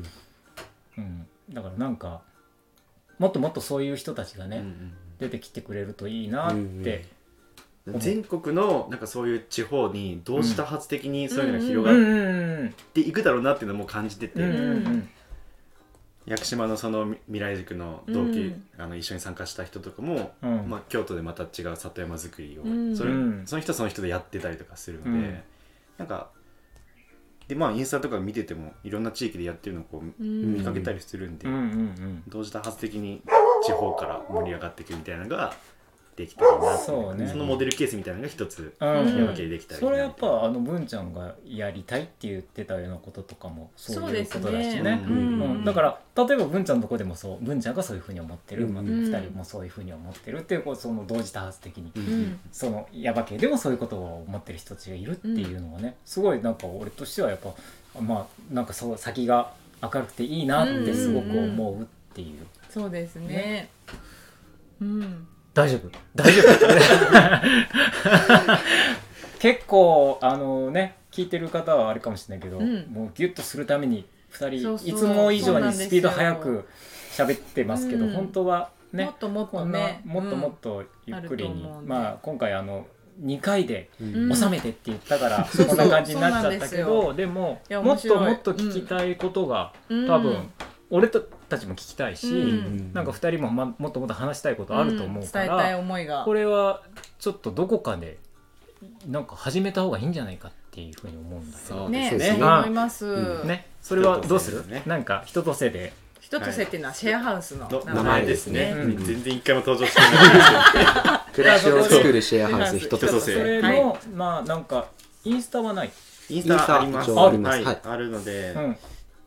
Speaker 1: うん、だからなんかもっともっとそういう人たちがね、出てきてくれるといいなって、
Speaker 4: うんうん全国のなんかそういう地方に同時多発的にそういうのが
Speaker 1: うん、
Speaker 4: 広
Speaker 1: う
Speaker 4: がっ
Speaker 1: ん
Speaker 4: ていくだろうなっていうのも感じてて、
Speaker 1: うんうん
Speaker 4: 屋久島のその未来塾の同期、
Speaker 2: うん
Speaker 4: あの一緒に参加した人とかも、
Speaker 1: うんうん
Speaker 4: まあ、京都でまた違う里山作りを、
Speaker 2: うん
Speaker 4: それ
Speaker 1: うん
Speaker 4: その人その人でやってたりとかするので、
Speaker 1: うん
Speaker 4: なんかでまあインスタとか見ててもいろんな地域でやってるのをこう
Speaker 2: うん
Speaker 4: 見かけたりするんで、
Speaker 1: うんうん
Speaker 4: 同時多発的に地方から盛り上がっていくみたいなのができたらなって
Speaker 1: そうね
Speaker 4: そのモデルケースみたいなのが一つ
Speaker 1: うん
Speaker 2: うん
Speaker 4: 部屋分けできたらいい
Speaker 1: そ
Speaker 4: な
Speaker 1: れやっぱあの文ちゃんがやりたいって言ってたようなこととかもそういうことだし
Speaker 2: そ
Speaker 1: ね
Speaker 2: うです
Speaker 4: ね
Speaker 1: う
Speaker 4: うん
Speaker 1: んだから例えば文ちゃんのとこでもそう文ちゃんがそういうふうに思ってる、
Speaker 4: うん
Speaker 1: まあ、2人もそういうふうに思ってるっていうこうその同時多発的に
Speaker 4: う
Speaker 2: うんん
Speaker 1: そのヤバ系でもそういうことを思ってる人たちがいるっていうのはね、すごいなんか俺としてはやっぱまあなんかそう先が明るくていいなってすごく思うっていう、
Speaker 2: そうですねうん
Speaker 1: 大丈夫大丈夫結構あのね聞いてる方はあれかもしれないけど、
Speaker 2: うん
Speaker 1: もうギュッとするために2人
Speaker 2: そうそう
Speaker 1: いつも以上
Speaker 2: そうな
Speaker 1: に
Speaker 2: んですよ
Speaker 1: スピード速く喋ってますけど、
Speaker 2: うん
Speaker 1: 本当は
Speaker 2: も
Speaker 1: ね
Speaker 2: っともっ
Speaker 1: ことんな
Speaker 2: ね
Speaker 1: もっともっとゆっくりに、
Speaker 2: うんあると思うんで
Speaker 1: まあ今回あの2回で
Speaker 2: うん
Speaker 1: 収めてって言ったから、
Speaker 2: そう
Speaker 1: こんな感じになっちゃったけ
Speaker 2: そう
Speaker 1: どでも
Speaker 2: いや
Speaker 1: も
Speaker 2: 面
Speaker 1: っと
Speaker 2: 白い
Speaker 1: もっと聞きたいことが、
Speaker 2: うん
Speaker 1: 多分俺たちも聞きたいし、
Speaker 2: うん
Speaker 1: なんか2人も、ま、もっともっと話したいことあると思うか
Speaker 2: ん伝えたい
Speaker 1: ら、
Speaker 2: 思いが
Speaker 1: これはちょっとどこかでなんか始めた方がいいんじゃないかっていうふうに思うんだけど
Speaker 4: そう
Speaker 2: ね
Speaker 4: です
Speaker 1: ね
Speaker 2: 思います
Speaker 1: ねそれはどうす
Speaker 4: 人
Speaker 1: る
Speaker 4: とせね
Speaker 1: なんか人とせで
Speaker 2: 人とせっていうのはシェアハウスの
Speaker 4: の名
Speaker 3: 名前
Speaker 4: 前
Speaker 3: で
Speaker 4: ですす
Speaker 3: ね
Speaker 4: ね、
Speaker 1: うん
Speaker 4: 全然一回も登場してない
Speaker 3: 暮らしを作るシェアハウス一
Speaker 4: 人
Speaker 3: つ
Speaker 4: と
Speaker 3: で
Speaker 4: 人
Speaker 3: す
Speaker 4: せ
Speaker 1: それの、まあなんかインスタはない、
Speaker 4: インスタあります
Speaker 3: インスタあります
Speaker 4: は
Speaker 3: は
Speaker 4: いい、あるので、
Speaker 1: うん、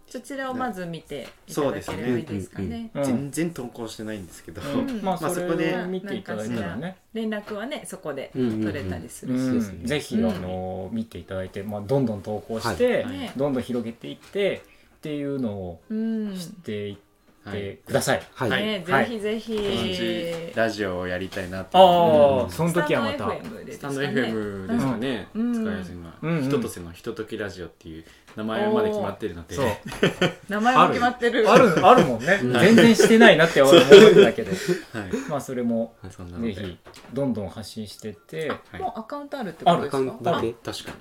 Speaker 2: そちらをまず見ていただければいいですか
Speaker 3: そうですねうん
Speaker 2: ね
Speaker 1: うん
Speaker 4: 全然投稿してないんですけど、
Speaker 1: うん
Speaker 2: う
Speaker 1: ま
Speaker 2: ん
Speaker 1: あ
Speaker 4: まあ
Speaker 1: そ
Speaker 4: そこ
Speaker 1: れ
Speaker 4: で
Speaker 1: を見ていただいたらね、
Speaker 2: 連絡はねそこで
Speaker 3: うんうんうん
Speaker 2: 取れたりす
Speaker 1: う
Speaker 2: るし、
Speaker 1: ん
Speaker 3: そうですね
Speaker 1: ぜひ、
Speaker 2: うん
Speaker 1: あの見ていただいて、まあ、どんどん投稿して、
Speaker 4: はい
Speaker 2: ね
Speaker 1: どんどん広げていってっていうのを
Speaker 2: うん
Speaker 1: していっ
Speaker 4: は
Speaker 1: て
Speaker 4: い
Speaker 1: ください、
Speaker 3: はい、
Speaker 4: はい
Speaker 2: ね、
Speaker 1: はい
Speaker 2: ぜひぜひ、
Speaker 4: 同じラジオをやりたいなと
Speaker 1: ああ、
Speaker 4: うん
Speaker 1: その時はまた、
Speaker 4: スタンド FM ですかね、
Speaker 2: うん
Speaker 4: 使いやすいのは、
Speaker 1: うんうん
Speaker 4: ひととせのひとときラジオっていう名前まで決まってるので
Speaker 1: そう
Speaker 2: 名前も決まってる
Speaker 1: あるあるもんね
Speaker 4: ん
Speaker 1: 全然してないなって俺思うんだけど
Speaker 4: はい、
Speaker 1: まあそれも
Speaker 4: そんなの
Speaker 1: ぜ
Speaker 4: で
Speaker 1: ひどんどん発信してって
Speaker 4: はい
Speaker 2: もうアカウントあるってことです
Speaker 3: アカウント
Speaker 2: か
Speaker 3: だけ
Speaker 4: 確かに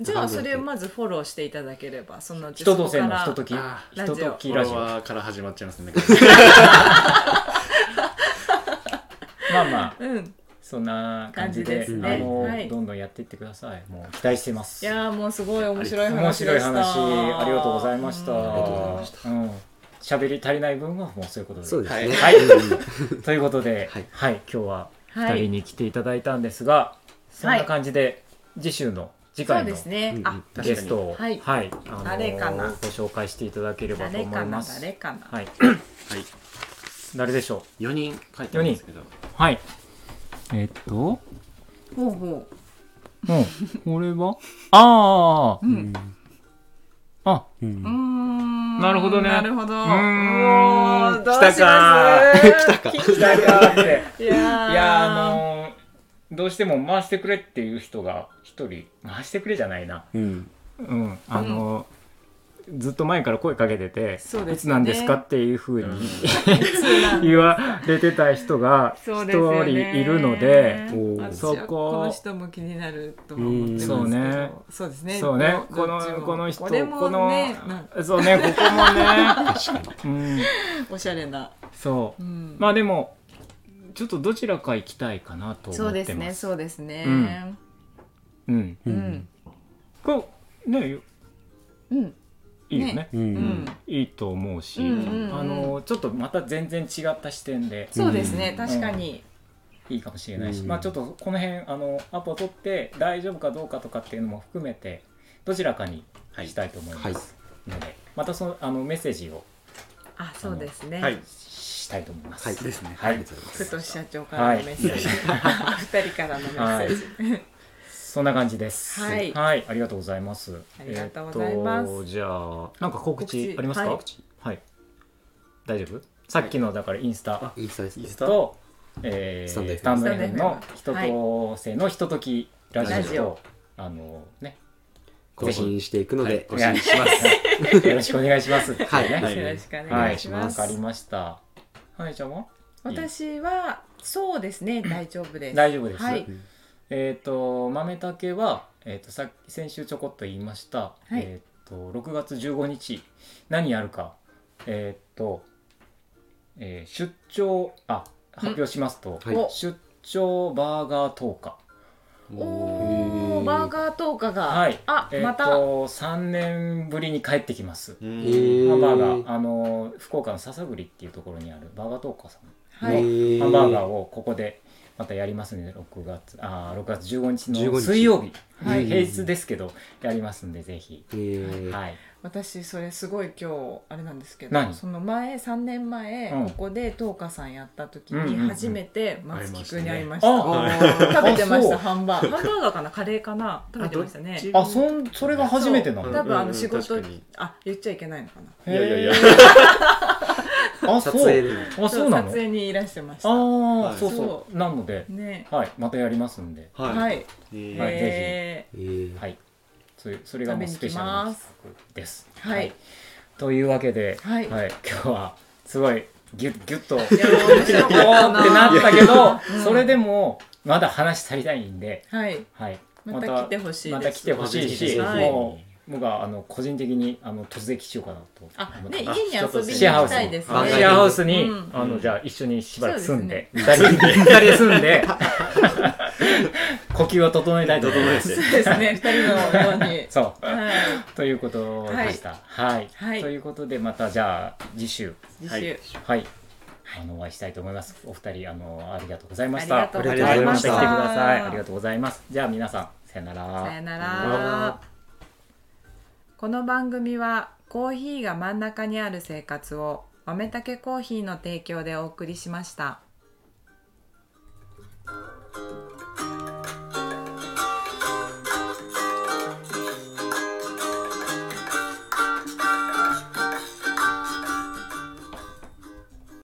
Speaker 2: じゃあそれをまずフォローしていただければそのうち
Speaker 1: 人
Speaker 2: そ
Speaker 1: と
Speaker 2: こ
Speaker 1: せ
Speaker 2: か
Speaker 1: の
Speaker 2: ら
Speaker 1: ひととき
Speaker 4: あ
Speaker 1: ひとと
Speaker 4: フ
Speaker 1: き
Speaker 4: ォ
Speaker 1: ラジ
Speaker 4: ロ
Speaker 1: オ
Speaker 4: ワーから始まっちゃいますね
Speaker 1: まあまあ
Speaker 2: うん
Speaker 1: そんな感じで
Speaker 2: 感じです
Speaker 3: ね
Speaker 1: あの、
Speaker 2: はい
Speaker 1: どんどんやっていってくださいもう期待してます
Speaker 2: いやーもうすごい面白い
Speaker 1: 面
Speaker 2: 話で
Speaker 1: 白い
Speaker 2: した
Speaker 1: 話ありがとうございました。
Speaker 2: うん
Speaker 3: ありがとうございまし
Speaker 1: うん喋り足りない分はもうそういうことで。
Speaker 3: そうですね、
Speaker 1: はい
Speaker 3: う ん
Speaker 1: ということで、
Speaker 3: はい
Speaker 1: はい、今日は
Speaker 2: は
Speaker 1: 二
Speaker 2: い
Speaker 1: 人に来ていただいたんですが、そんな感じで次週の次
Speaker 2: そ
Speaker 1: 回
Speaker 2: う
Speaker 1: の
Speaker 2: ですね
Speaker 3: うん
Speaker 2: あ
Speaker 1: ゲストを、
Speaker 2: 確かに
Speaker 1: あのー
Speaker 2: 誰かな
Speaker 1: ご紹介していただければと
Speaker 2: 誰
Speaker 1: 思い
Speaker 2: かな
Speaker 1: ます。
Speaker 2: 誰かな
Speaker 1: はい、
Speaker 4: はい
Speaker 1: 誰でしょ
Speaker 4: 4人書いてあるんですけど
Speaker 1: う。はい。えっと、
Speaker 2: ほうほ
Speaker 1: うん、これは、あ
Speaker 2: ううん
Speaker 1: あ、あ、
Speaker 3: うん
Speaker 2: うーん
Speaker 1: なるほどね
Speaker 2: なるほど
Speaker 1: う
Speaker 2: う
Speaker 1: ーん
Speaker 2: おーどう
Speaker 1: 来
Speaker 2: し
Speaker 1: たか
Speaker 2: ます来たか
Speaker 1: 誰かって。
Speaker 2: いやー
Speaker 1: いやあのーどうしても回してくれっていう人が一人回してくれじゃないな
Speaker 3: うん
Speaker 1: うんあのーずっと前から声かけてて
Speaker 2: そう
Speaker 1: い
Speaker 2: ですね
Speaker 1: つなんですかっていうふう
Speaker 4: うん
Speaker 1: に
Speaker 2: そうなん
Speaker 1: 言われてた人が一
Speaker 2: そうですよ
Speaker 1: 人
Speaker 2: ね
Speaker 1: いるので
Speaker 3: おー
Speaker 2: 私
Speaker 1: そ
Speaker 2: は
Speaker 1: こ
Speaker 2: この人も気になるとは思ってますけど
Speaker 1: うんそうね
Speaker 2: そうですね
Speaker 1: そうね
Speaker 2: ど
Speaker 1: こ
Speaker 2: どっち
Speaker 1: の
Speaker 2: も
Speaker 1: この人
Speaker 2: これも
Speaker 1: この
Speaker 2: ねなんか
Speaker 1: そうねここもねうん
Speaker 2: おしゃれな、
Speaker 1: そう
Speaker 2: うん
Speaker 1: まあでもちょっとどちらか行きたいかなと
Speaker 2: そ
Speaker 1: 思
Speaker 2: う
Speaker 1: っ
Speaker 2: です
Speaker 1: て
Speaker 2: ね
Speaker 1: ます
Speaker 2: そうですね
Speaker 1: うん
Speaker 3: う
Speaker 2: うんん
Speaker 1: こうね
Speaker 2: うん
Speaker 1: いいよね
Speaker 2: ね
Speaker 3: う
Speaker 2: うんん
Speaker 1: いいと思うし、
Speaker 2: うんうんうん
Speaker 1: あのちょっとまた全然違った視点で
Speaker 2: そうですね
Speaker 3: うん
Speaker 2: 確かに
Speaker 1: いいかもしれないし、
Speaker 3: うん
Speaker 1: まあちょっとこの辺あのアポを取って大丈夫かどうかとかっていうのも含めてどちらかにしたいと思いますので、またそのあのメッセージを
Speaker 2: あそうですね
Speaker 4: はい
Speaker 1: したいと思います。
Speaker 3: はい
Speaker 4: ですね
Speaker 1: はい
Speaker 3: ありがとうございます
Speaker 2: ふと社長からのメッセー ジ二人からのメッセージ
Speaker 1: そんな感じです。
Speaker 2: はい
Speaker 1: ありがとうございます。
Speaker 2: ありがとうございます
Speaker 1: えっとじゃあなんか告知ありますか？はい
Speaker 2: 告、
Speaker 1: 大丈夫？さっきのだからインスタ。
Speaker 3: インスタです
Speaker 4: イン
Speaker 3: ね
Speaker 4: スタ
Speaker 1: と、えー、
Speaker 3: スタンド FM
Speaker 1: スタンド FM の人とせのひとときラジオと、
Speaker 2: ラジオ
Speaker 1: あのね、
Speaker 3: 更新していくの
Speaker 4: はい
Speaker 3: で、
Speaker 4: 更新します
Speaker 1: す。 よろしくお願いします。
Speaker 3: はい
Speaker 1: ね
Speaker 4: は
Speaker 2: よろしくお
Speaker 1: は
Speaker 2: 願
Speaker 1: い、
Speaker 2: いします
Speaker 1: わかりました。はい、ちゃんは
Speaker 2: 私はそうですね大丈夫です
Speaker 1: 大丈夫です。
Speaker 2: はい
Speaker 1: えっ、と豆竹はえっ、とさっき先週ちょこっと言いました。
Speaker 2: はい
Speaker 1: えっ、と6月15日何やるかえっ、と、えー出張あ発表しますと、
Speaker 3: はい
Speaker 2: お
Speaker 1: 出張バーガー10日。
Speaker 2: おーバーガー10日
Speaker 1: は
Speaker 2: が
Speaker 1: い
Speaker 2: あ
Speaker 1: え
Speaker 2: ま
Speaker 1: ー、
Speaker 2: た
Speaker 1: と3年ぶりに帰ってきます、
Speaker 4: うん
Speaker 3: えー
Speaker 1: ハンバーガーあのー福岡の笹栗っていうところにあるバーガートーカーさん
Speaker 2: は
Speaker 3: え
Speaker 2: い
Speaker 3: ー
Speaker 1: ハンバーガーをここでまたやりますんで6月あー6月15日
Speaker 3: 15
Speaker 1: の
Speaker 3: 日
Speaker 1: 水曜日、
Speaker 3: はい
Speaker 1: 平日ですけどやりますんでぜひ、
Speaker 3: えー
Speaker 1: はい、
Speaker 2: 私それすごい今日あれなんですけど
Speaker 1: 何
Speaker 2: その前3年前、
Speaker 1: うん
Speaker 2: ここで東花さんやった時
Speaker 1: うんう
Speaker 2: に
Speaker 1: んうん
Speaker 2: 初めて松木君に会いました,、
Speaker 1: あ
Speaker 3: あ
Speaker 2: 食べてまし
Speaker 1: あそう
Speaker 2: たハ ンバーガーハンバーガーかなカレーかな食べてましたね
Speaker 1: あそんそれが初めてな
Speaker 2: そ
Speaker 1: の
Speaker 2: う多分あの仕事、
Speaker 4: うんうん確かに
Speaker 2: あ言っちゃいけないのかない
Speaker 4: やいやいや
Speaker 1: へーあそ
Speaker 3: 撮影
Speaker 1: う
Speaker 3: で
Speaker 1: あそうなの
Speaker 2: 撮影にいらしてまし
Speaker 1: あ
Speaker 2: た
Speaker 1: あ、
Speaker 4: はい
Speaker 1: そうそうなので
Speaker 2: ね
Speaker 1: はいまたやりますんで
Speaker 4: はい、
Speaker 2: はい、
Speaker 4: えー
Speaker 1: はい
Speaker 2: え
Speaker 3: えー
Speaker 1: はいそれそれがもうスペシャルな企画です
Speaker 2: 食べに行きますはい
Speaker 1: というわけで、
Speaker 2: はい
Speaker 1: 今日はすごいギュッギュッとおーっ
Speaker 2: ーいや面白かってたな
Speaker 1: なったけど
Speaker 2: うん
Speaker 1: それでもまだ話足りないんで、
Speaker 2: はい
Speaker 1: はい、
Speaker 2: また来てほしいです
Speaker 1: また来てほしいし、
Speaker 2: はい
Speaker 1: もう僕はあの個人的にあの突撃しようかなと思
Speaker 2: あ
Speaker 1: っ
Speaker 2: ね
Speaker 1: て
Speaker 2: 家に遊びに
Speaker 1: シェアハウ
Speaker 2: 行き
Speaker 1: ス
Speaker 2: たい
Speaker 1: に
Speaker 2: です
Speaker 1: シ
Speaker 2: ね
Speaker 3: あ
Speaker 1: ェアハウスに、
Speaker 2: うん
Speaker 1: あのじゃあ一緒にしばらく住んで
Speaker 2: そ
Speaker 1: 二、人で 二人で住んで呼吸を整えたいと思いま
Speaker 4: 整え
Speaker 1: す
Speaker 4: て。
Speaker 2: そうですね二人のように
Speaker 1: そう
Speaker 2: はい
Speaker 1: ということでした。はい、
Speaker 2: はい
Speaker 1: ということでまたじゃあ次週
Speaker 2: 次週、
Speaker 4: はい
Speaker 1: はい。あのお会いしたいと思います。お二人あのありがとうございまし
Speaker 2: あ
Speaker 1: た。
Speaker 2: りが
Speaker 3: とうございました
Speaker 1: ありがとうございました来てください。ありがとうございます。じゃあ皆さんさよなら。
Speaker 2: さよな
Speaker 3: さよな
Speaker 2: ら
Speaker 3: ら。
Speaker 2: この番組はコーヒーが真ん中にある生活を豆たけコーヒーの提供でお送りしました。